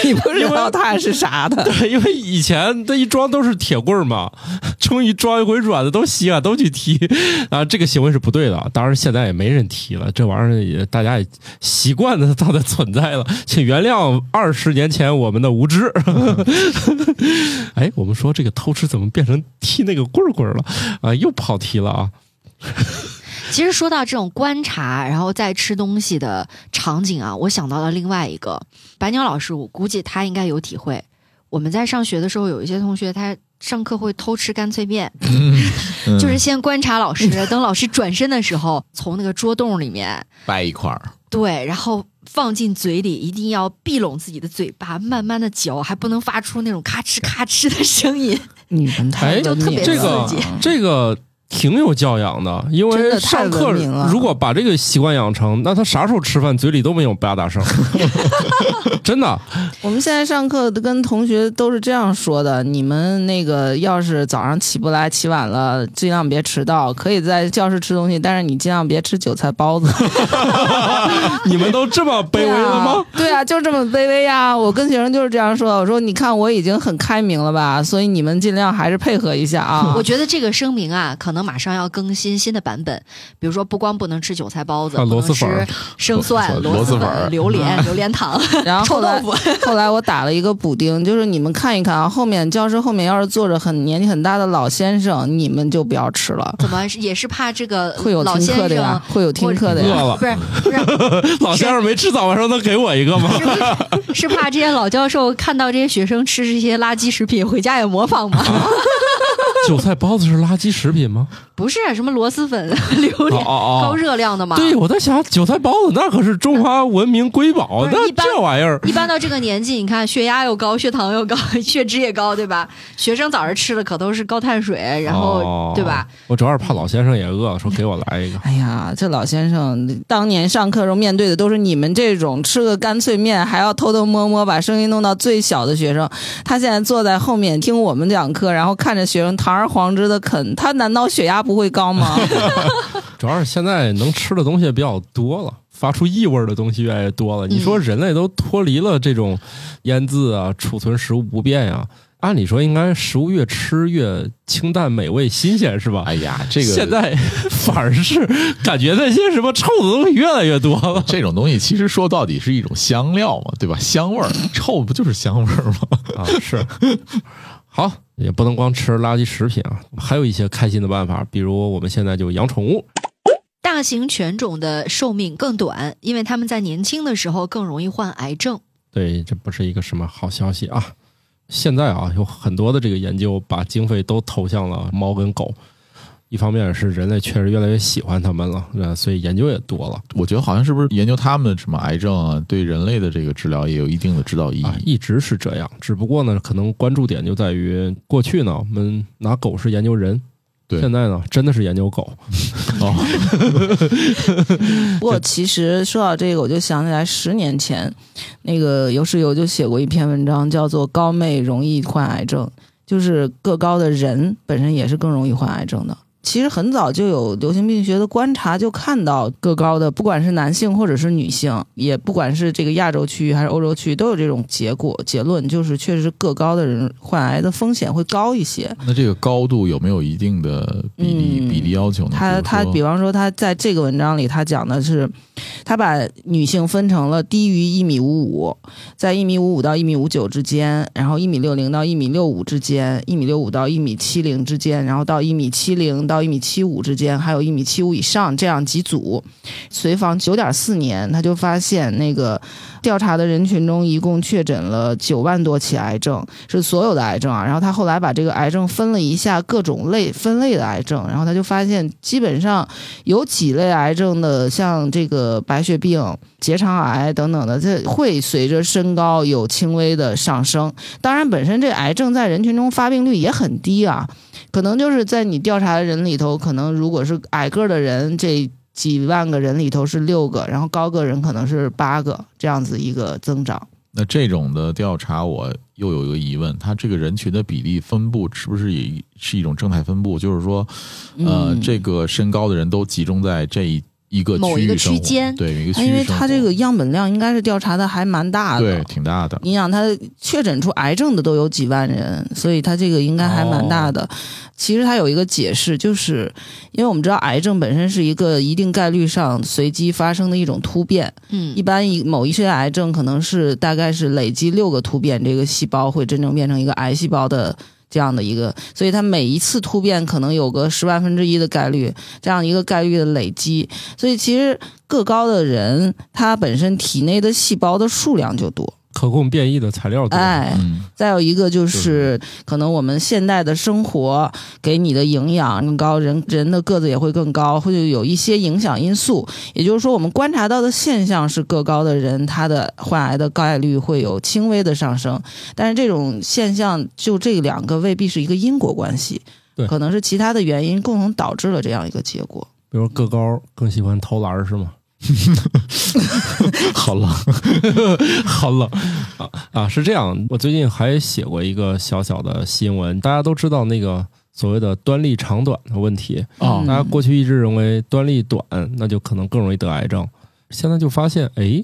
你不知道他是啥的，
[laughs] 对，因为以前这一装都是铁棍儿嘛， [laughs] 终于装一回软的都稀罕，都去踢 [laughs] 啊，这个行为是不对的。当然现在也没人踢了，这玩意儿也大家也习惯的它的存在了，请原谅二十年前我们的无知。 [laughs] 哎，我们说这个偷吃怎么变成踢那个棍儿棍儿了啊？又跑题了啊！
其实说到这种观察，然后再吃东西的场景啊，我想到了另外一个白鸟老师，我估计他应该有体会。我们在上学的时候，有一些同学他上课会偷吃干脆面，
嗯 [laughs]
就是先观察老师，等老师转身的时候，从那个桌洞里面
掰一块儿，
对，然后放进嘴里，一定要闭拢自己的嘴巴，慢慢的嚼，还不能发出那种咔哧咔哧的声音。
你们太
哎
文明了
就特别
这个
[laughs]
刺激
这个挺有教养的，因
真
为
的太
上课
文明了
如果把这个习惯养成，那他啥时候吃饭嘴里都没有吧嗒声， [laughs] 真的。
我们现在上课跟同学都是这样说的：你们那个要是早上起不来、起晚了，尽量别迟到，可以在教室吃东西，但是你尽量别吃韭菜包子。
你们都这么 [laughs] 卑微了吗？
[laughs] 对啊？对啊，就这么卑微呀、我跟学生就是这样说，我说你看我已经很开明了吧，所以你们尽量还是配合一下啊
我。觉得这个声明啊，可能马上要更新新的版本，比如说不光不能吃韭菜包子，
还有
不能
啊螺蛳粉儿
吃生蒜、
螺
螺
蛳
蛳
粉儿
粉、榴莲、
嗯
榴莲糖、 [laughs]
然后
臭
后
豆
来
腐。
[laughs]
[laughs]
后来我打了一个补丁，就是你们看一看啊，后面教室后面要是坐着很年纪很大的老先生，你们就不要吃了，
怎么也是怕这个
会有
老
听
先
课的
生
呀？，会有听课的
饿
呀。
了
不，是不是
老先生没吃早饭说能给我一个
[laughs]
吗？
是怕这些老教授看到这些学生吃这些垃圾食品，回家也模仿吗？
[laughs] 韭菜包子是垃圾食品吗？
不是啊什么螺蛳粉、榴
哦
莲，高
哦
热量的嘛。
哦，对，我在想韭菜包子那可是中华文明瑰宝，
不是
那
一般
这玩意儿
一般到这个年纪，你看血压又高，血糖又高，血脂也高，对吧？学生早上吃的可都是高碳水，然后、
哦
对吧？
我主要是怕老先生也饿，说给我来一个。
哎呀，这老先生当年上课时候面对的都是你们这种吃个干脆面还要偷偷摸摸把声音弄到最小的学生，他现在坐在后面听我们讲课，然后看着学生堂而皇之的啃，他难道血压不会高吗？
主要是现在能吃的东西比较多了，发出异味儿的东西越来越多了。你说人类都脱离了这种腌制啊、储存食物不变呀、按理说应该食物越吃越清淡、美味、新鲜是吧？
哎呀，这个
现在 [laughs] 反而是感觉那些什么臭的东西越来越多
[laughs]
了。
这种东西其实说到底是一种香料嘛，对吧？香味儿，臭不就是香味儿吗？
啊，是。 [laughs] 好，也不能光吃垃圾食品啊，还有一些开心的办法，比如我们现在就养宠物。
大型犬种的寿命更短，因为它们在年轻的时候更容易患癌症。
对，这不是一个什么好消息啊！现在啊，有很多的这个研究把经费都投向了猫跟狗，一方面是人类确实越来越喜欢它们了，呃，所以研究也多了
我觉得好像是不是研究他们的什么癌症啊，对人类的这个治疗也有一定的指导意义。
啊，一直是这样。只不过呢，可能关注点就在于过去呢，我们拿狗是研究人，
对
现在呢，真的是研究狗。
哦，
不过其实说到这个，我就想起来十年前，那个尤世友就写过一篇文章，叫做《高妹容易患癌症》，就是个高的人本身也是更容易患癌症的。其实很早就有流行病学的观察，就看到个高的，不管是男性或者是女性，也不管是这个亚洲区域还是欧洲区域，都有这种结果结论，就是确实个高的人患癌的风险会高一些。
那这个高度有没有一定的比例、
嗯
比例要求呢？
他
比如
他
说
比方说他在这个文章里，他讲的是，他把女性分成了低于一米五五，在一米五五到一米五九之间，然后一米六零到一米六五之间，一米六五到一米七零之间，然后到一米七零到一米七五之间，还有一米七五以上这样几组。随访九点四年，他就发现那个调查的人群中，一共确诊了九万多起癌症，是所有的癌症啊。然后他后来把这个癌症分了一下各种类分类的癌症，然后他就发现，基本上有几类癌症的，像这个白血病、结肠癌等等的，这会随着身高有轻微的上升。当然，本身这癌症在人群中发病率也很低啊，可能就是在你调查的人里头，可能如果是矮个儿的人，这几万个人里头是六个，然后高个人可能是八个，这样子一个增长。
那这种的调查，我又有一个疑问，它这个人群的比例分布是不是也是一种正态分布？就是说，呃，
嗯
这个身高的人都集中在这一一个
某一
域
个
生活
区间
对，一个区域
啊因为
生
他
活
这个样本量应该是调查的还蛮大的
对，挺大的。
你想，他确诊出癌症的都有几万人，所以他这个应该还蛮大的。其实他有一个解释，就是因为我们知道癌症本身是一个一定概率上随机发生的一种突变，
嗯
一，般一某一些癌症可能是大概是累积六个突变，这个细胞会真正变成一个癌细胞的这样的一个，所以它每一次突变可能有个十万分之一的概率，这样一个概率的累积，所以其实个高的人他本身体内的细胞的数量就多，
可供变异的材料多，
哎，
嗯，
再有一个就是，可能我们现代的生活给你的营养更高，人人的个子也会更高，会有一些影响因素。也就是说，我们观察到的现象是，个高的人他的患癌的概率会有轻微的上升，但是这种现象就这两个未必是一个因果关系
对，
可能是其他的原因共同导致了这样一个结果。
比如个高更喜欢投篮儿是吗？
[laughs] 好了，
[laughs] 好冷啊啊！是这样，我最近还写过一个小小的新闻，大家都知道那个所谓的端粒长短的问题，
哦
嗯
大家过去一直认为端粒短，那就可能更容易得癌症。现在就发现，哎，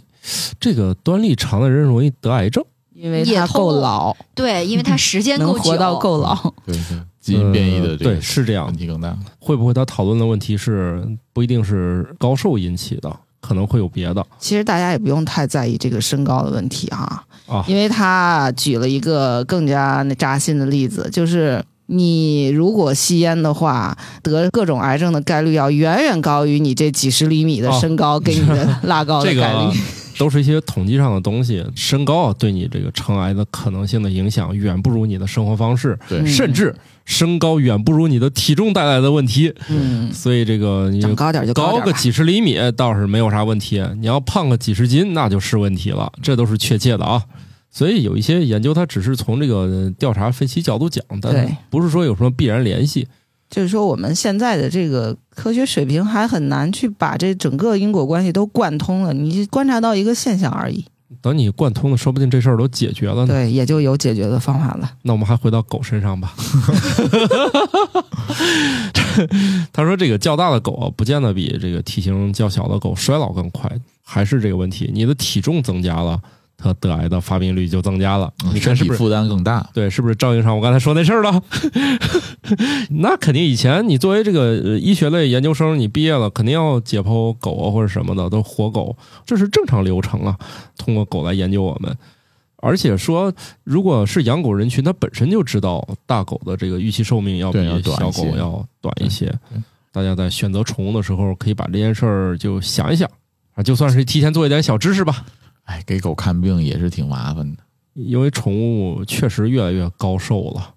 这个端粒长的人容易得癌症。
因为
也
他
通
够
过
老，
对，因为它时间
能
够久，
活到够老。
对对，基因变异的这
呃
个
对是这样
问，题更大。
会不会他讨论的问题是不一定是高寿引起的，可能会有别的
其实大家也不用太在意这个身高的问题哈、
啊？
因为他举了一个更加那扎心的例子，就是你如果吸烟的话，得各种癌症的概率要远远高于你这几十厘米的身高给你的
[laughs]
拉高的
哦这
概
个啊
率。
都是一些统计上的东西，身高啊对你这个成癌的可能性的影响远不如你的生活方式，
对，
嗯
甚至身高远不如你的体重带来的问题。
嗯，
所以这个你
长高点就
高
点
个
吧。
几十厘米倒是没有啥问题，你要胖个几十斤那就是问题了，这都是确切的啊。所以有一些研究，它只是从这个调查分析角度讲，但
对
不是说有什么必然联系。
就是说，我们现在的这个科学水平还很难去把这整个因果关系都贯通了，你就观察到一个现象而已。
等你贯通了，说不定这事儿都解决了呢。
对，也就有解决的方法了。
那我们还回到狗身上吧。 [laughs] 他说：“这个较大的狗啊，不见得比这个体型较小的狗衰老更快，还是这个问题，你的体重增加了，它得癌的发病率就增加了。
嗯
你
身
看是
体
不是？
负担更大。
对，是不是照应上我刚才说那事儿了？ [laughs] 那肯定，以前你作为这个呃医学类研究生，你毕业了，肯定要解剖狗啊或者什么的，都活狗，这是正常流程啊。通过狗来研究我们，而且说，如果是养狗人群，它本身就知道大狗的这个预期寿命要比
对要短
小
一些
狗要短一些
对对。
大家在选择宠物的时候，可以把这件事儿就想一想啊，就算是提前做一点小知识吧。
哎，给狗看病也是挺麻烦的。
因为宠物确实越来越高寿了，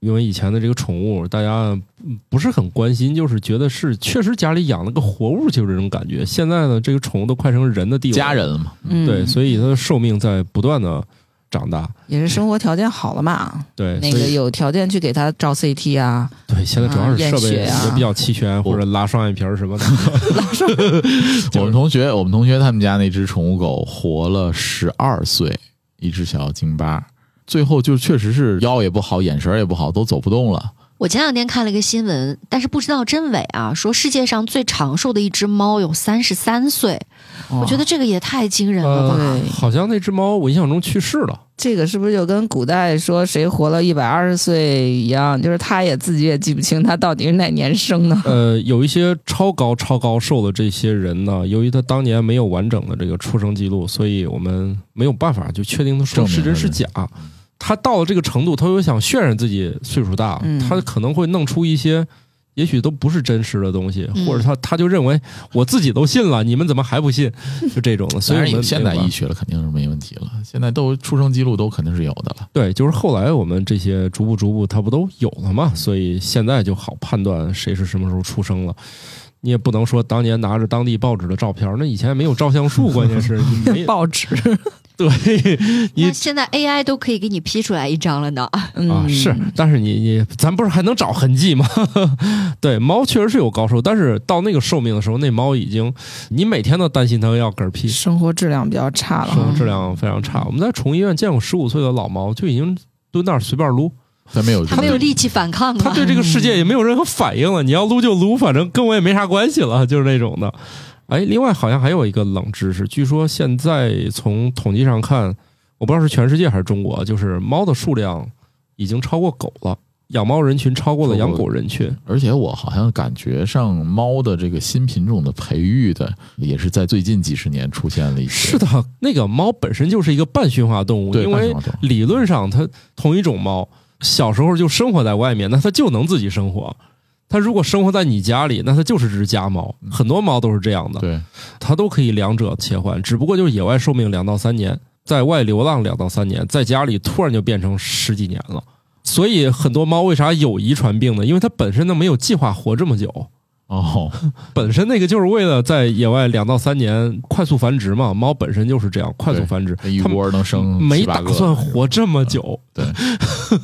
因为以前的这个宠物，大家嗯不是很关心，就是觉得是确实家里养了个活物，就是这种感觉。现在呢，这个宠物都快成人的地位，
家，人嘛，
嗯，
对，所以它的寿命在不断的长大。
也是生活条件好了嘛，
对，
那
所
个
以
有条件去给它照 CT 啊，
对，现在主要
啊
是
验
设备
血啊
也比较齐全，或者拉双眼皮儿什么
[laughs]
的。 [laughs]
我们同学，我们同学他们家那只宠物狗活了十二岁，一只小京巴，最后就确实是腰也不好，眼神儿也不好，都走不动了。
我前两天看了一个新闻，但是不知道真伪啊，说世界上最长寿的一只猫有三十三岁，我
我
觉得这个也太惊人了吧！
呃
对
好像那只猫我印象中去世了，
这个是不是就跟古代说谁活了一百二十岁一样？就是他也自己也记不清他到底是哪年生的。
呃，有一些超高超高寿的这些人呢，由于他当年没有完整的这个出生记录，所以我们没有办法就确定他说
证明
是真
他
是
是
假。他到了这个程度，他又想渲染自己岁数大了，
嗯
他可能会弄出一些。也许都不是真实的东西，
嗯
或者他他就认为我自己都信了，你们怎么还不信？就这种的，所以
当
我
然，
们
现代
没有办
医
法
学了肯定是没问题了，现在都出生记录都肯定是有的了。
对，就是后来我们这些逐步逐步，它不都有了嘛，
嗯
所以现在就好判断谁是什么时候出生了。你也不能说当年拿着当地报纸的照片儿，那以前没有照相术，关键
[laughs]
是你没
报纸，
啊对
那
一
现在 AI 都可以给你 P 出来一张了呢。
嗯，
啊是，但是你你咱不是还能找痕迹吗？ [laughs] 对，猫确实是有高寿，但是到那个寿命的时候，那猫已经你每天都担心它要嗝屁，
生活质量比较差了
生活
啊。
质量非常差。我们在宠物医院见过十五岁的老猫，就已经蹲那儿随便撸，
他没有，
他没有力气反抗啊
他
了。
对这个世界也没有任何反应了。你要撸就撸，反正跟我也没啥关系了，就是那种的。哎，另外好像还有一个冷知识，据说现在从统计上看，我不知道是全世界还是中国，就是猫的数量已经超过狗了，养猫人群超过了养狗人群。
而且我好像感觉上猫的这个新品种的培育的，也是在最近几十年出现了一些。
是的，那个猫本身就是一个半驯化动物，
对
因
半驯
为
化动物
理论上它同一种猫小时候就生活在外面，那它就能自己生活。它如果生活在你家里，那它就是只家猫。
嗯
很多猫都是这样的。
对，
它都可以两者切换，只不过就是野外寿命两到三年，在外流浪两到三年，在家里突然就变成十几年了。所以很多猫为啥有遗传病呢？因为它本身都没有计划活这么久，
哦，
本身那个就是为了在野外两到三年快速繁殖嘛。猫本身就是这样快速繁殖，
那一
它们
窝能生
没
嗯七八
打
个嗯
算活这么久。
对，
[laughs]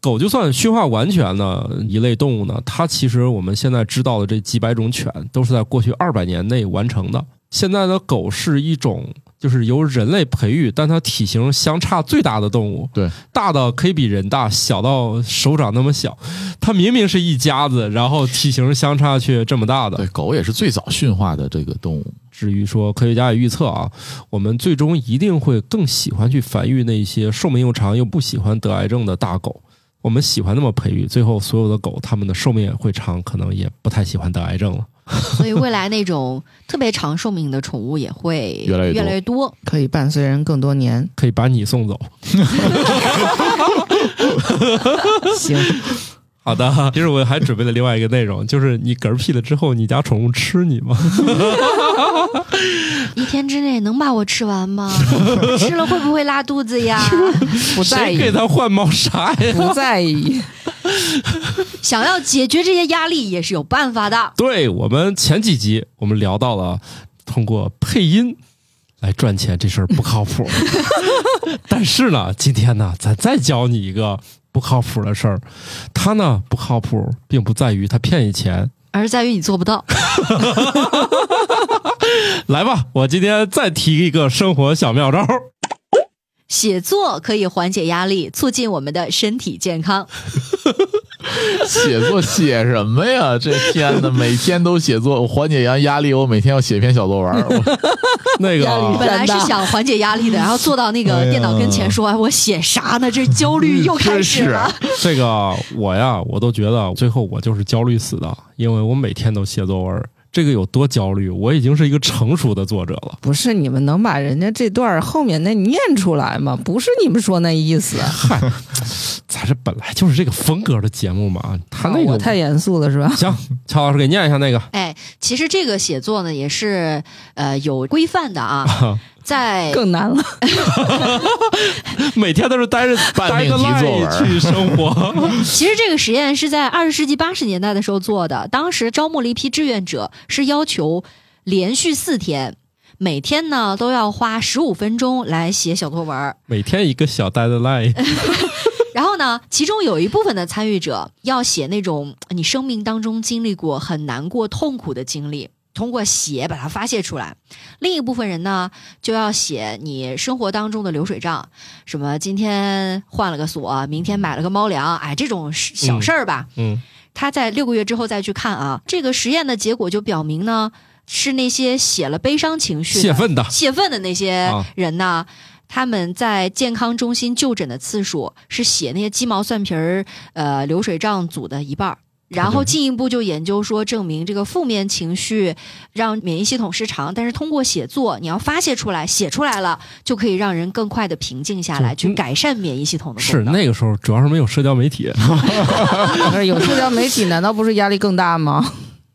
狗就算驯化完全的一类动物呢，它其实我们现在知道的这几百种犬都是在过去二百年内完成的。现在的狗是一种就是由人类培育，但它体型相差最大的动物。
对，
大到可以比人大，小到手掌那么小。它明明是一家子，然后体型相差却这么大的。
对，狗也是最早驯化的这个动物。
至于说科学家也预测啊，我们最终一定会更喜欢去繁育那些寿命又长又不喜欢得癌症的大狗。我们喜欢那么培育，最后所有的狗它们的寿命也会长，可能也不太喜欢得癌症了。
所以未来那种特别长寿命的宠物也会
越来越多
多。
可以伴随人更多年。
[laughs] 可以把你送走。
行，
好的， [laughs] 其实我还准备了另外一个内容，就是你嗝屁了之后，你家宠物吃你吗？
一天之内能把我吃完吗？吃了会不会拉肚子呀？
不在
谁
意，
给它换猫砂呀？
不在意。
想要解决这些压力也是有办法的。
对我们前几集我们聊到了通过配音来赚钱这事儿不靠
[laughs]
谱，但是呢，今天呢，咱再教你一个不靠谱的事儿。它呢不靠谱，并不在于它骗你钱。
[laughs] 而在于你做不到。
来吧，我今天再提一个生活小妙招。
[laughs]
写作可以缓解压力，促进我们的身体健康。
写作写什么呀？这天呐，每天都写作，我缓解压压力，我每天要写篇小作文儿。我 [laughs]
那个
压力
本
啊
大
来是想缓解压哦力的，然后坐到那
哎
个
呀
电脑跟前说：“哎，啊我写啥呢？这焦虑又开始了。
这个我呀，我都觉得最后我就是焦虑死的，因为我每天都写作文，这个有多焦虑？我已经是一个成熟的作者了。
不是你们能把人家这段儿后面那念出来吗？不是你们说那意思。
[laughs] 嗨，咱这本来就是这个风格的节目嘛，他那
啊我
个
太严肃了是吧？
行，乔老师给念一下那个，
[laughs] 哎，其实这个写作呢，也是呃有规范的啊。在
更难
[laughs]
了。
每天都是 [laughs] 待着
半
待
命
个
题作文
line 去生活。
其实这个实验是在二十世纪八十年代的时候做的，当时招募了一批志愿者，是要求连续四天，每天呢都要花十五分钟来写小作文儿。
[laughs] 每天一个小呆的 line，
然后呢，其中有一部分的参与者要写那种你生命当中经历过很难过、痛苦的经历，通过写把它发泄出来；另一部分人呢，就要写你生活当中的流水账，什么今天换了个锁，明天买了个猫粮，哎，这种事小事儿吧。
嗯，
他在六个月之后再去看啊，这个实验的结果就表明呢，是那些写了悲伤情绪的、
泄愤的，
泄愤的那些
啊
人呢，他们在健康中心就诊的次数是写那些鸡毛蒜皮儿、呃流水账组的一半儿。然后进一步就研究说，证明这个负面情绪让免疫系统失常，但是通过写作，你要发泄出来，写出来了就可以让人更快的平静下来，
就嗯
去改善免疫系统的功
是
能。
那个时候主要是没有社交媒体，
不是有社交媒体，难道不是压力更大吗？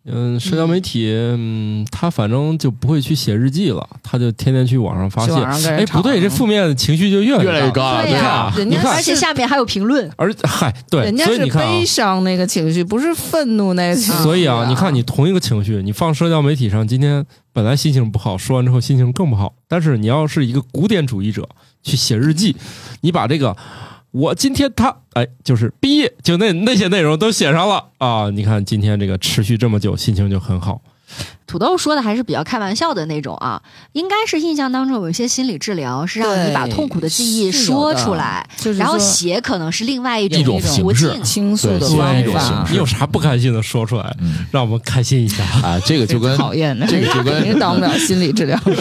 嗯，社交媒体，嗯，他反正就不会去写日记了，他就天天去网上发
去
泄。
网上嗯跟人
哎，
吵
不对，这负面情绪就越
越来越
大
高了，
对
对
呀
啊，
人
你
家
看
而且下面还有评论，
而嗨，对
人，家
所以
是
你看啊
悲，伤那个情绪，不是愤怒那个情绪、
所以啊，你看你同一个情绪，你放社交媒体上，今天本来心情不好，说完之后心情更不好。但是你要是一个古典主义者，去写日记，你把这个我今天他哎，就是毕业就那那些内容都写上了啊。你看今天这个持续这么久，心情就很好。
土豆说的还是比较开玩笑的那种啊，应该是印象当中有一些心理治疗是让你
对
把痛苦的记忆
是有
说
的
出来，
就是
然后
说
写可能是另外一
有一
种
种
途
形式
径。
倾诉的
对
方
算是一种
法
形，
你有啥不开心的说出来，
嗯
让我们开心一下。
[laughs]
啊，这个就跟
讨厌的，
这个就跟
肯定当不了心
[laughs]
理治疗师。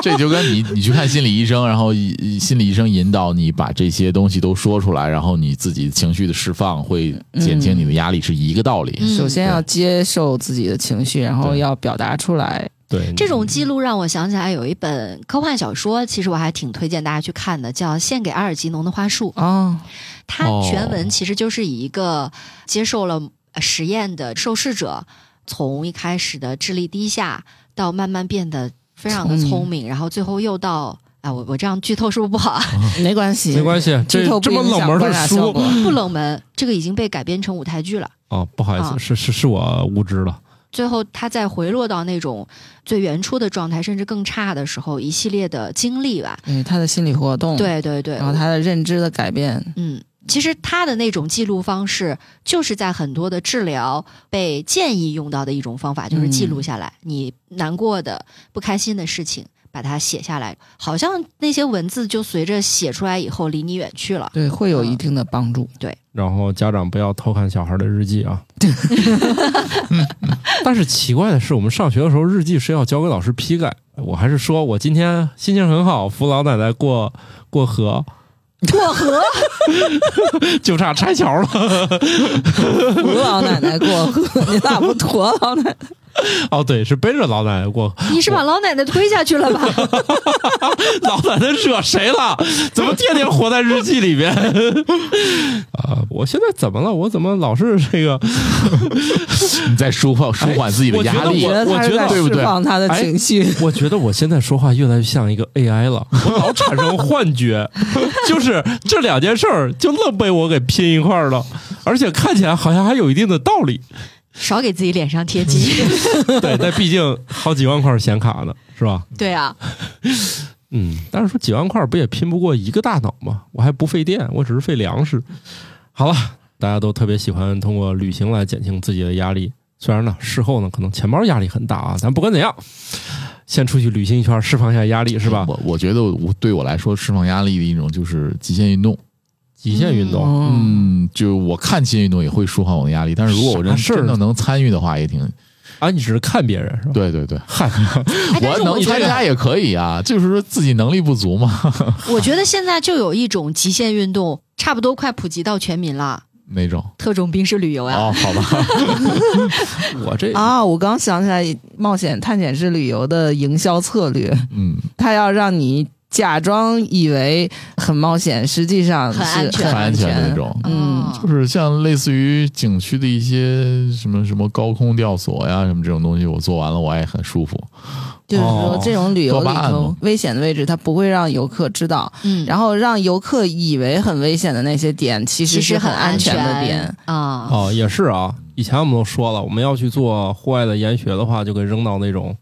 这就跟你你去看心理医生，然后以心理医生引导你把这些东西都说出来，然后你自己情绪的释放会减轻你的压力，是一个道理。
嗯
首先要接受自己的情绪，然后
对
要表达出来。
对，
这种记录让我想起来有一本科幻小说，其实我还挺推荐大家去看的，叫《献给阿尔吉农的花
嗯
束》。
哦，
它
哦
全文其实就是以一个接受了呃实验的受试者，从一开始的智力低下，到慢慢变得非常的
聪明
聪明，然后最后又到。啊，我我这样剧透是不是不好啊？
没关系，
嗯没关系，
剧
这
透
这
不
么
影
冷
响
门的
观察效
书
果
不冷门，这个已经被改编成舞台剧了。
啊，不好意
啊
思，是是是我无知了。
最后，他再回落到那种最原初的状态，甚至更差的时候，一系列的经历吧。
对他的心理活动，，
对对对，
嗯然后他的认知的改变，
嗯，其实他的那种记录方式，就是在很多的治疗被建议用到的一种方法，就是记
嗯
录下来、你难过的、不开心的事情，把它写下来。好像那些文字就随着写出来以后离你远去了。
对，会有一定的帮助。
然后家长不要偷看小孩的日记
[laughs]
啊。但是奇怪的是，我们上学的时候日记是要交给老师批改。我还是说我今天心情很好，扶老奶奶过过河，
过河，
[laughs] 就差拆桥了。嗯
扶老奶奶过 [laughs] 河，你咋不驮老奶奶？
哦，对，是背着老奶奶过河。
你是把老奶奶推下去了吧？
[laughs]
老奶奶惹谁了？怎么天天活在日记里边？ [laughs] 啊、我现在怎么了？我怎么老是这个？
你在舒缓舒缓自己的压
我
力
觉，得他是在
我觉得对哎
不
释
对
放他的情绪。
[laughs] 我觉得我现在说话越来越像一个 AI 了，我老产生幻觉， [laughs] 就是这两件事儿就愣被我给拼一块儿了，而且看起来好像还有一定的道理。
少给自己脸上贴金。
嗯
对，但毕竟好几万块显卡呢，是吧？
[laughs] 对啊，
嗯，但是说几万块不也拼不过一个大脑吗？我还不费电，我只是费粮食。好了，大家都特别喜欢通过旅行来减轻自己的压力，虽然呢事后呢可能钱包压力很大啊，咱不管怎样，先出去旅行一圈，释放一下压力是吧？
嗯我我觉得我对我来说释放压力的一种就是极限运动。
极限运动，
嗯，
嗯，就我看极限运动也会舒缓我的压力，但是如果我真
啥事儿
真的能参与的话，也挺
啊，你只是看别人是吧？
对对对，
嗨，
哎但
我
是
能
觉
参
得
加也可以啊，就是说自己能力不
[laughs]
足嘛，
我觉得现在就有一种极限运动，差不多快普及到全民了，
那种。
特种兵式旅游啊呀、
哦，好
[laughs]
吧，
我这
啊，我刚想起来，冒险探险式旅游的营销策略， [laughs]
嗯，
他要让你。假装以为很冒险，实际上是
很安全
很
很安全的那种。
嗯
哦
就是像类似于景区的一些什么什么高空吊索呀，什么这种东西，我做完了我也很舒服。
就是说
哦
这种旅游
多
里
巴胺
头
嘛
危险的位置，它不会让游客知道，
嗯，
然后让游客以为很危险的那些点，其
其
实
实
是很安
安
全的点。
啊。
哦，也是啊。以前我们都说了，我们要去做户外的研学的话，就给扔到那种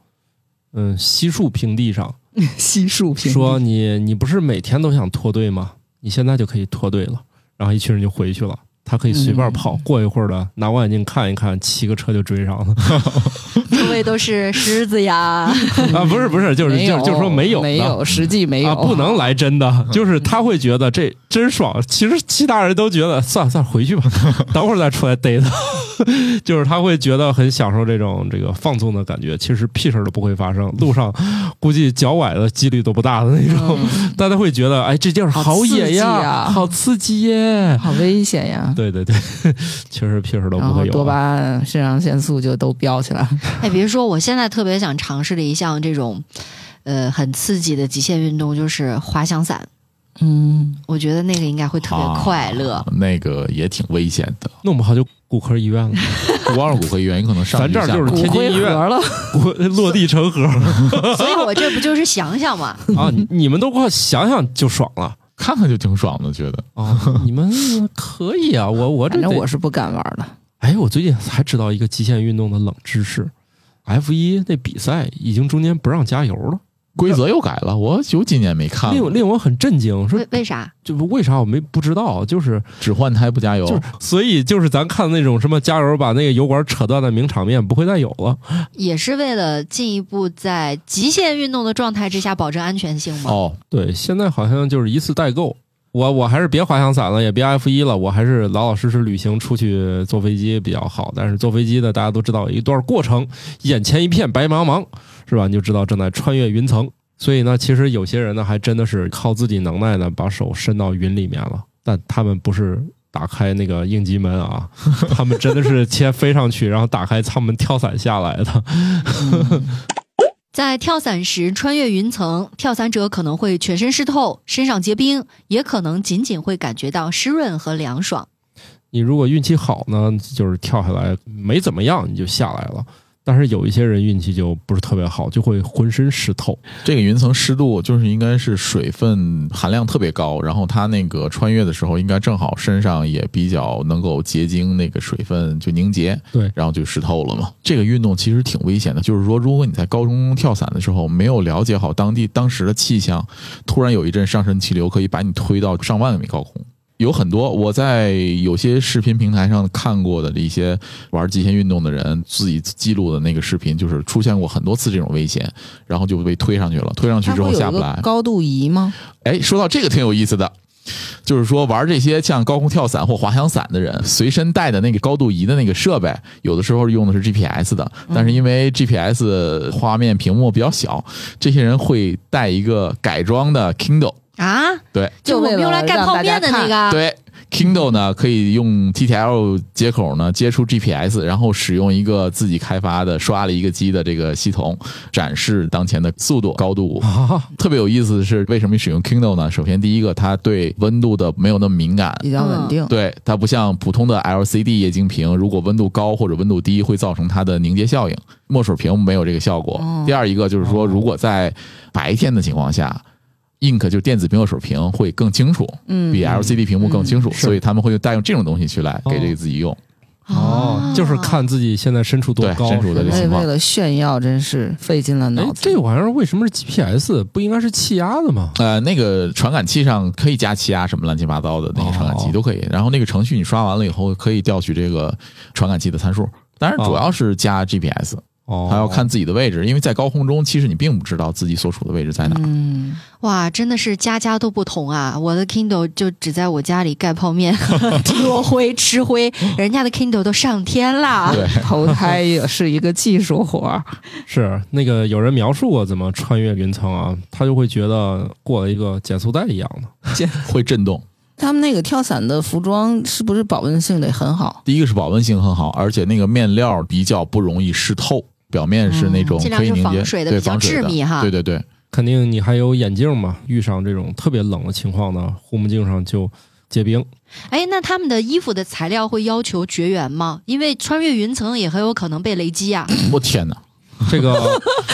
嗯稀树平地上。
稀树平
说你你不是每天都想脱队吗？你现在就可以脱队了。然后一群人就回去了，他可以随
嗯
便跑，过一会儿的拿望远镜看一看，骑个车就追上了 [laughs]
周围都 [laughs] 是狮子呀，
啊！不是不是，就是
没
就
有
是就是说没有
没
呢
有，实际没有，嗯
啊，不能来真的，就是他会觉得这真爽。其实其他人都觉得算了算了，回
[laughs]
去吧，等会儿再出来逮他。 [laughs] 就是他会觉得很享受这种这个放纵的感觉，其实屁事儿都不会发生，路上估计脚崴的几率都不大的那种。 [laughs] 大家会觉得，哎，这地儿
嗯好刺
野
激
呀，
啊
好刺激耶！
好危险呀。
对对对， [laughs] 其实屁事儿都
然
不
后
会有、
多巴
啊。
胺、肾上腺素就都飙起来了。
哎，比如说我现在特别想尝试的一项这种，呃，很刺激的极限运动就是滑翔伞，
嗯，
我觉得那个应该会特别快乐。
[laughs] 啊那个也挺危险的。 [laughs]
弄不好就骨科医院了，
不光是骨科医院，你可能上
咱这儿
去下
就是
骨
骨
天津
灰
医
盒
院啊
了，
骨落地成
[laughs]
盒
所以我这不就是想想嘛？
啊！你你们都给我想想就爽了
[laughs] 看看就挺爽的，觉得
啊！你
[laughs]
们可以啊，我我这
反正
得
我是不敢玩了。
哎，我最近才知道一个极限运动的冷知识，F 一那比赛已经中间不让加油了，
规则又改了。我有几年没看
啊
令我
了，
令我很震惊，说
为为啥？
就不为啥我没不知道，就是
只换胎不加油，
就是，所以就是咱看那种什么加油把那个油管扯断的名场面不会再有了，
也是为了进一步在极限运动的状态之下保证安全性吗？
哦，
对，现在好像就是一次代购。我我还是别滑翔伞了，也别 F 一了，我还是老老实实旅行出去坐飞机比较好。但是坐飞机呢，大家都知道有一段过程，眼前一片白茫茫，是吧？你就知道正在穿越云层。所以呢，其实有些人呢，还真的是靠自己能耐呢，把手伸到云里面了。但他们不是打开那个应急门啊， [laughs] 他们真的是先飞上去，然后打开舱门跳伞下来的。
嗯
在跳伞时穿越云层，跳伞者可能会全身湿透、身上结冰，也可能仅仅会感觉到湿润和凉爽。
你如果运气好呢，就是跳下来没怎么样，你就下来了。但是有一些人运气就不是特别好，就会浑身湿透。
这个云层湿度就是应该是水分含量特别高，然后它那个穿越的时候，应该正好身上也比较能够结晶那个水分就凝结，
对
然后就湿透了嘛。这个运动其实挺危险的，就是说如果你在高中跳伞的时候没有了解好当地当时的气象，突然有一阵上升气流可以把你推到上万米高空。有很多我在有些视频平台上看过的一些玩极限运动的人自己记录的那个视频，就是出现过很多次这种危险，然后就被推上去了，推上去
它
之
会
后
有
下
一
不
个
来。
高度仪吗？
哎，说到这个挺有意思的，就是说玩这些像高空跳伞或滑翔伞的人，随身带的那个高度仪的那个设备，有的时候用的是 GPS 的，但是因为 GPS 画面屏幕比较小，这些人会带一个改装的 Kindle。
啊，
对
就我们用来盖泡面的
就
那
为了让
个啊，
对，Kindle 呢可以用 TTL 接口呢接触 GPS，然后使用一个自己开发的刷了一个机的这个系统展示当前的速度、高度
[laughs] 啊。
特别有意思的是，为什么使用 Kindle 呢？首先，第一个，它对温度的没有那么敏感。
比较稳定。
对，它不像普通的 LCD 液晶屏，如果温度高或者温度低，会造成它的凝结效应。墨水屏没有这个效果。
哦
第二一个就是说，如果在白天的情况下，Ink 就电子墨水屏会更清楚，
嗯，
比 LCD 屏幕更清楚，
是
所以他们会带用这种东西去来给这个自己用。
哦，就是看自己现在身处多
对
高，
身处的
是吧
这个
为
情况
哎为了炫耀，真是费尽了
哎
脑，
这
子。
玩意儿为什么是 GPS？不应该是气压的吗？
呃，那个传感器上可以加气压什么乱七八糟的那个传感器
哦
都可以。然后那个程序你刷完了以后，可以调取这个传感器的参数。当然，主要是加 GPS，、
哦，
还要看自己的位置，因为在高空中，其实你并不知道自己所处的位置在哪。
[laughs]
嗯，
哇，真的是家家都不同啊！我的 Kindle 就只在我家里盖泡面、 [laughs] 落灰、吃灰，人家的 Kindle 都上天啦。
对，
投胎也是一个技术活儿。
是那个有人描述过怎么穿越云层啊，他就会觉得过了一个减速带一样的。
会震动。
他们那个跳伞的服装是不是保温性得很好？
第一个是保温性很好，而且那个面料比较不容易湿透，表面是那种
嗯尽量
可以
是
凝
防
结，
水的
对
比较
防水
致
的
密哈
对对对，
肯定你还有眼镜嘛，遇上这种特别冷的情况呢，护目镜上就结冰。
哎，那他们的衣服的材料会要求绝缘吗？因为穿越云层也很有可能被雷击啊呀、
我天哪！
[laughs] 这
[laughs]
个，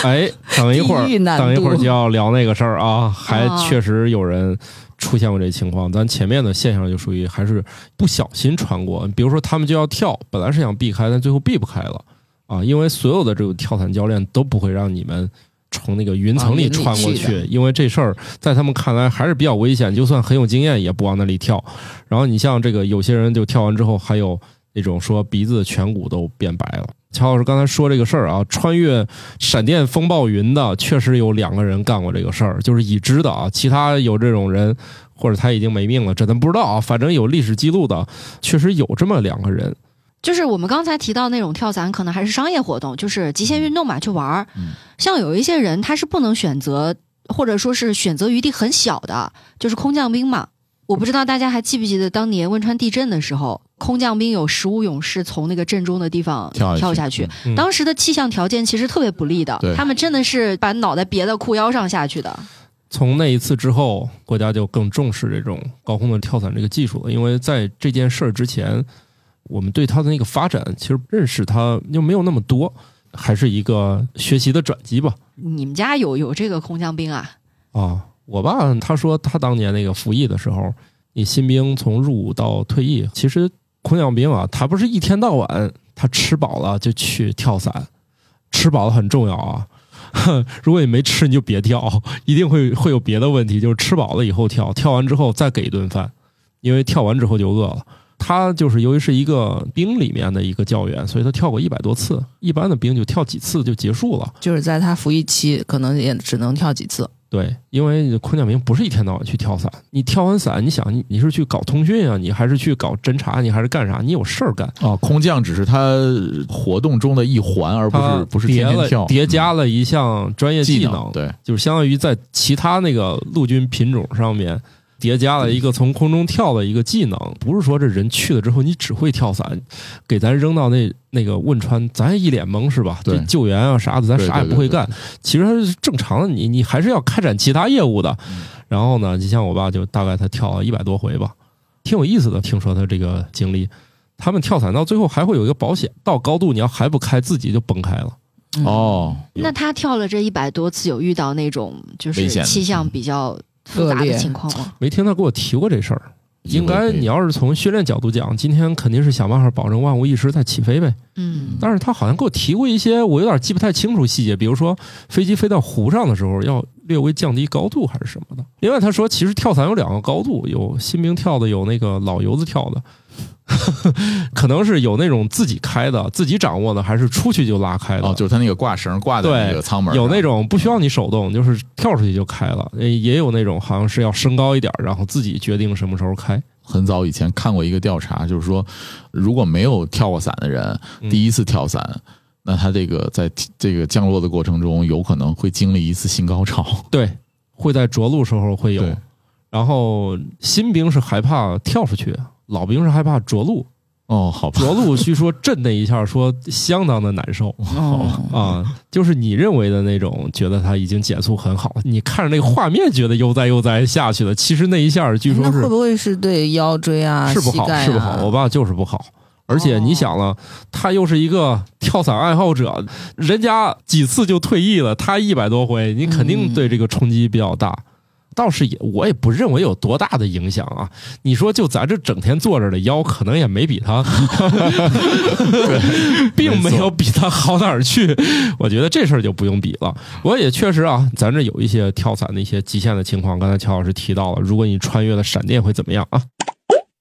哎，等一会儿，
地狱难度
等一会儿就要聊那个事儿啊，还
啊
确实有人出现过这情况。咱前面的现象就属于还是不小心穿过，比如说他们就要跳，本来是想避开，但最后避不开了啊，因为所有的这种跳伞教练都不会让你们。从那个云层里穿过
往云里去
去，因为这事儿在他们看来还是比较危险，就算很有经验也不往那里跳。然后你像这个，有些人就跳完之后，还有那种说鼻子颧骨都变白了。乔老师刚才说这个事儿啊，穿越闪电风暴云的确实有两个人干过这个事儿，就是已知的啊，其他有这种人或者他已经没命了，这咱不知道啊，反正有历史记录的，确实有这么两个人。
就是我们刚才提到那种跳伞，可能还是商业活动，就是极限运动嘛，去玩儿。
嗯
像有一些人，他是不能选择，或者说是选择余地很小的，就是空降兵嘛。我不知道大家还记不记得当年汶川地震的时候，空降兵有十五勇士从那个震中的地方
跳下去
下去。
嗯
当时的气象条件其实特别不利的
对，
他们真的是把脑袋别到裤腰上下去的。
从那一次之后，国家就更重视这种高空的跳伞这个技术了，因为在这件事儿之前，我们对它的那个发展其实认识它又没有那么多，还是一个学习的转机吧。
你们家有有这个空降兵啊？
啊，我爸他说他当年那个服役的时候，你新兵从入伍到退役，其实空降兵啊，他不是一天到晚他吃饱了就去跳伞，吃饱了很重要啊。 [laughs] 如果你没吃，你就别跳，一定会会有别的问题，就是吃饱了以后跳，跳完之后再给一顿饭，因为跳完之后就饿了。他就是由于是一个兵里面的一个教员，所以他跳过一百多次，一般的兵就跳几次就结束了。
就是在他服役期，可能也只能跳几次。
对，因为空降兵不是一天到晚去跳伞，你跳完伞，你想你你是去搞通讯啊，你还是去搞侦查，你还是干啥？你有事儿干。
啊，空降只是他活动中的一环，而不
它
是不是
叠
天
了
天跳，
叠加了一项专业
嗯技
技
能，对，
就是相当于在其他那个陆军品种上面叠加了一个从空中跳的一个技能，不是说这人去了之后你只会跳伞，给咱扔到那那个汶川，咱也一脸懵是吧？
对
这救援啊啥的，咱
对
啥也
对
不会
对对
干。其实它是正常的，你你还是要开展其他业务的。
嗯
然后呢，就像我爸就大概他跳了一百多回吧，挺有意思的。听说他这个经历，他们跳伞到最后还会有一个保险，到高度你要还不开，自己就崩开了。
嗯，
哦，
有
那他跳了这一百多次，有遇到那种就
危
是
险的
气象比较复杂
恶
的
劣
情况吗？
没听他给我提过这事儿。应
以
该
为可以
你要是从训练角度讲，今天肯定是想办法保证万无一失再起飞呗。
嗯，
但是他好像给我提过一些，我有点记不太清楚细节，比如说飞机飞到湖上的时候要略微降低高度还是什么的。另外他说，其实跳伞有两个高度，有新兵跳的，有那个老油子跳的， [laughs] 可能是有那种自己开的、自己掌握的，还是出去就拉开的。
哦，就是他那个挂绳挂在那
对
个舱门上，
有那种不需要你手动，就是跳出去就开了；呃也有那种好像是要升高一点，然后自己决定什么时候开。
很早以前看过一个调查，就是说，如果没有跳过伞的人，
嗯
第一次跳伞，那他这个在这个降落的过程中，有可能会经历一次性高潮。
对，会在着陆时候会有
对。
然后新兵是害怕跳出去，老兵是害怕着陆。
哦，好吧，
着陆据说震那一下，说相当的难受
哦，
啊、就是你认为的那种，觉得他已经减速很好，你看着那个画面觉得悠哉悠哉下去的，其实那一下 [laughs] 据说
哎那
是
会不会是对腰椎啊、
是不好，
膝盖啊
是不好。我爸就是不好。而且你想了，他又是一个跳伞爱好者，人家几次就退役了，他一百多回，你肯定对这个冲击比较大。倒是也，我也不认为有多大的影响啊。你说就咱这整天坐着的腰，可能也没比他，并没有比他好哪儿去。我觉得这事儿就不用比了。我也确实啊，咱这有一些跳伞的一些极限的情况，刚才乔老师提到了，如果你穿越了闪电会怎么样啊？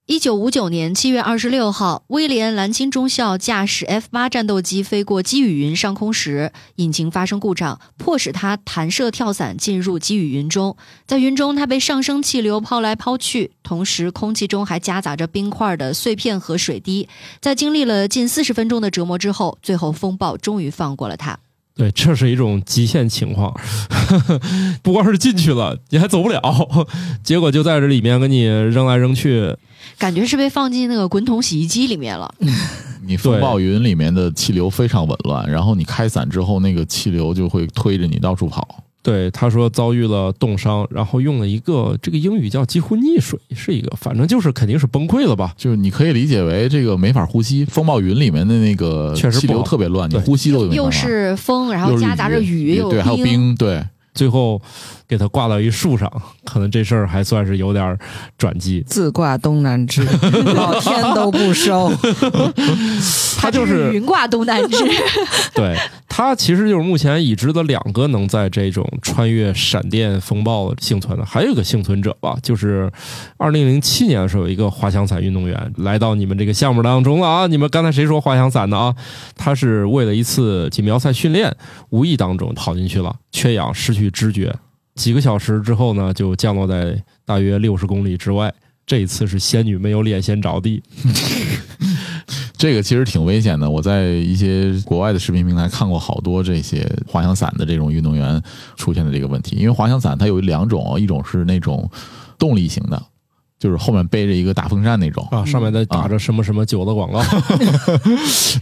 一九五九年七月二十六号，威廉兰钦中校驾驶 F 八战斗机飞过积雨云上空时，引擎发生故障，迫使他弹射跳伞进入积雨云中。在云中，他被上升气流抛来抛去，同时空气中还夹杂着冰块的碎片和水滴。在经历了近四十分钟的折磨之后，最后风暴终于放过了他。
对，这是一种极限情况， [laughs] 不光是进去了，你还走不了，结果就在这里面给你扔来扔去。
感觉是被放进那个滚筒洗衣机里面了。
你风暴云里面的气流非常紊乱，然后你开伞之后，那个气流就会推着你到处跑。
对，他说遭遇了冻伤，然后用了一个这个英语叫几乎溺水，是一个，反正就是肯定是崩溃了吧？
就是你可以理解为这个没法呼吸，风暴云里面的那个
确实
气
不好
流特别乱，你
对
呼吸都有点
又
办法
是风，然
又
后
是
夹杂着雨，又
对，还有冰，对，
最后给他挂到一树上，可能这事儿还算是有点儿转机。
自挂东南
[laughs]
枝，老天都不收。
他
它
就
真
是
是云
[laughs]
挂东南枝，
对他其实就是目前已知的两个能在这种穿越闪电风暴幸存的，还有一个幸存者吧，就是二零零七年的时候有一个滑翔伞运动员来到你们这个项目当中了啊！你们刚才谁说滑翔伞的啊？他是为了一次锦标赛训练，无意当中跑进去了，缺氧失去知觉，几个小时之后呢，就降落在大约六十公里之外。这一次是仙女没有脸先着地，
这个其实挺危险的。我在一些国外的视频平台看过好多这些滑翔伞的这种运动员出现的这个问题，因为滑翔伞它有两种，一种是那种动力型的，就是后面背着一个大风扇那种，
啊，上面在打着什么什么酒的广告，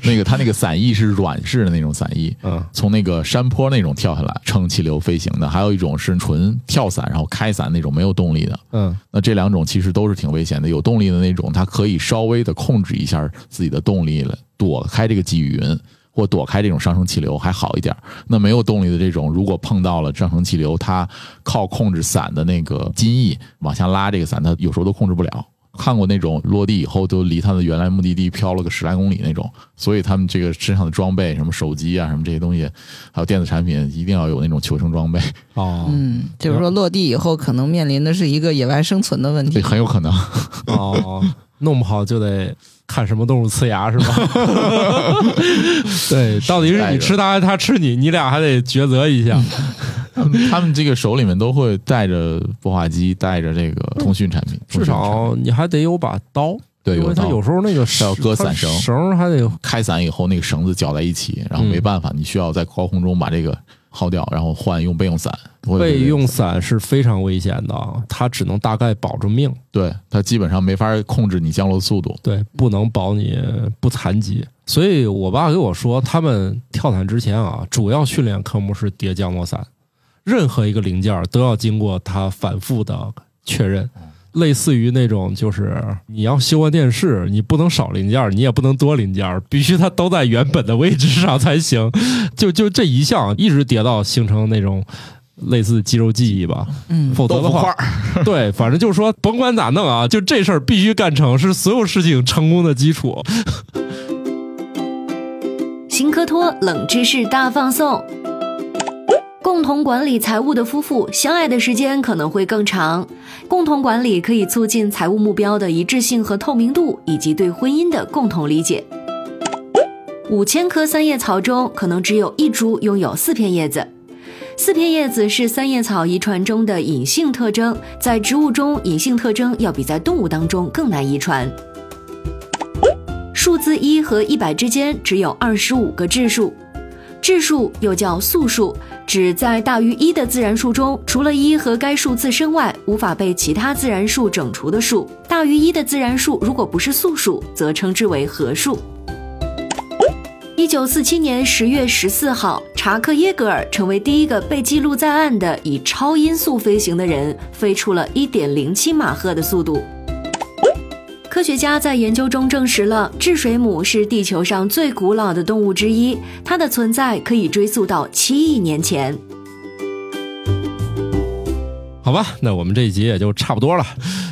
那个它那个伞翼是软式的那种伞翼，
嗯，
从那个山坡那种跳下来撑气流飞行的，还有一种是纯跳伞然后开伞那种没有动力的。
嗯，
那这两种其实都是挺危险的，有动力的那种，它可以稍微的控制一下自己的动力了，躲开这个积雨云。或躲开这种上升气流还好一点儿，那没有动力的这种，如果碰到了上升气流，它靠控制伞的那个襟翼往下拉这个伞，它有时候都控制不了。看过那种落地以后都离它的原来目的地飘了个十来公里那种，所以他们这个身上的装备，什么手机啊，什么这些东西，还有电子产品，一定要有那种求生装备， [laughs]
哦，
嗯，就是说落地以后可能面临的是一个野外生存的问题。
这很有可能。
[laughs] 哦，弄不好就得看什么动物呲牙是吧？对，到底是你吃它，它吃你，你俩还得抉择一下。
[laughs] 他们这个手里面都会带着播话机，带着这个通讯产品，
至少你还得有把刀，
对
因为
有
它
道
有时候那个
还有割伞绳
它绳还得
开伞以后那个绳子绞在一起，然后没办法，你需要在高空中把这个薅掉，然后换用备用伞。我也觉得
备用伞是非常危险的啊，它只能大概保住命，
对它基本上没法控制你降落速度。
对，不能保你不残疾。所以我爸给我说，他们跳伞之前啊，主要训练科目是叠降落伞，任何一个零件儿都要经过他反复的确认。
嗯
类似于那种，就是你要修完电视，你不能少零件儿，你也不能多零件儿，必须它都在原本的位置上才行。 [laughs] 就就这一项，一直叠到形成那种类似肌肉记忆吧，
嗯，
否则
豆
的
腐
话
块，儿，
[laughs] 对，反正就是说，甭管咋弄啊，就这事儿必须干成，是所有事情成功的基础。
新科托冷知识大放送。共同管理财务的夫妇相爱的时间可能会更长。共同管理可以促进财务目标的一致性和透明度，以及对婚姻的共同理解。五千棵三叶草中，可能只有一株拥有四片叶子。四片叶子是三叶草遗传中的隐性特征，在植物中，隐性特征要比在动物当中更难遗传。数字一和一百之间只有二十五个质数，质数又叫素数，指在大于一的自然数中，除了一和该数自身外，无法被其他自然数整除的数。大于一的自然数如果不是素数，则称之为合数。一九四七年十月十四号，查克耶格尔成为第一个被记录在案的以超音速飞行的人，飞出了一点零七马赫的速度。科学家在研究中证实了治水母是地球上最古老的动物之一，它的存在可以追溯到七亿年前。
好吧，那我们这一集也就差不多了。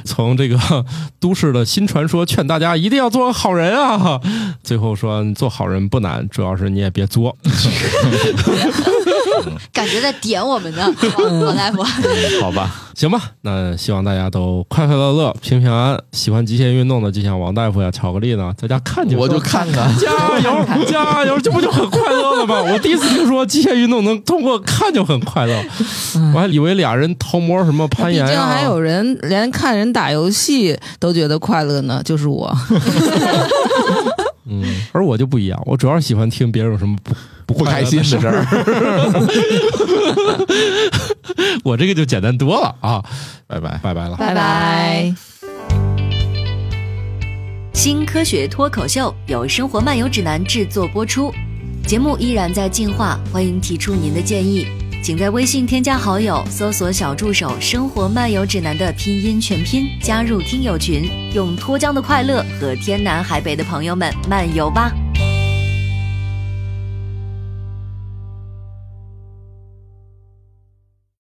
从这个都市的新传说，劝大家一定要做个好人啊！最后说，你做好人不难，主要是你也别作。
感觉在点我们呢，好吧王大夫。
好吧，
[laughs] 行吧，那希望大家都快快乐乐、平平安安。喜欢极限运动的，就像王大夫呀、巧克力呢，在家看就
我就
行
看看。
加油，加油！这不就很快乐了吗？我第一次听说极限运动能通过看就很快乐，我还以为俩人偷摸什么攀
毕
岩啊
竟
呀、
还有人连看人打游戏都觉得快乐呢，就是我。
嗯，而我就不一样，我主要是喜欢听别人有什么不 [laughs] 不
不
快乐
开心 [laughs]
事 [laughs]
的事
儿，
儿，
我这个就简单多了啊！
拜拜。
拜拜了。
拜拜。
新科学脱口秀由生活漫游指南制作播出，节目依然在进化，欢迎提出您的建议。请在微信添加好友，搜索小助手“生活漫游指南”的拼音全拼，加入听友群，用脱缰的快乐和天南海北的朋友们漫游吧。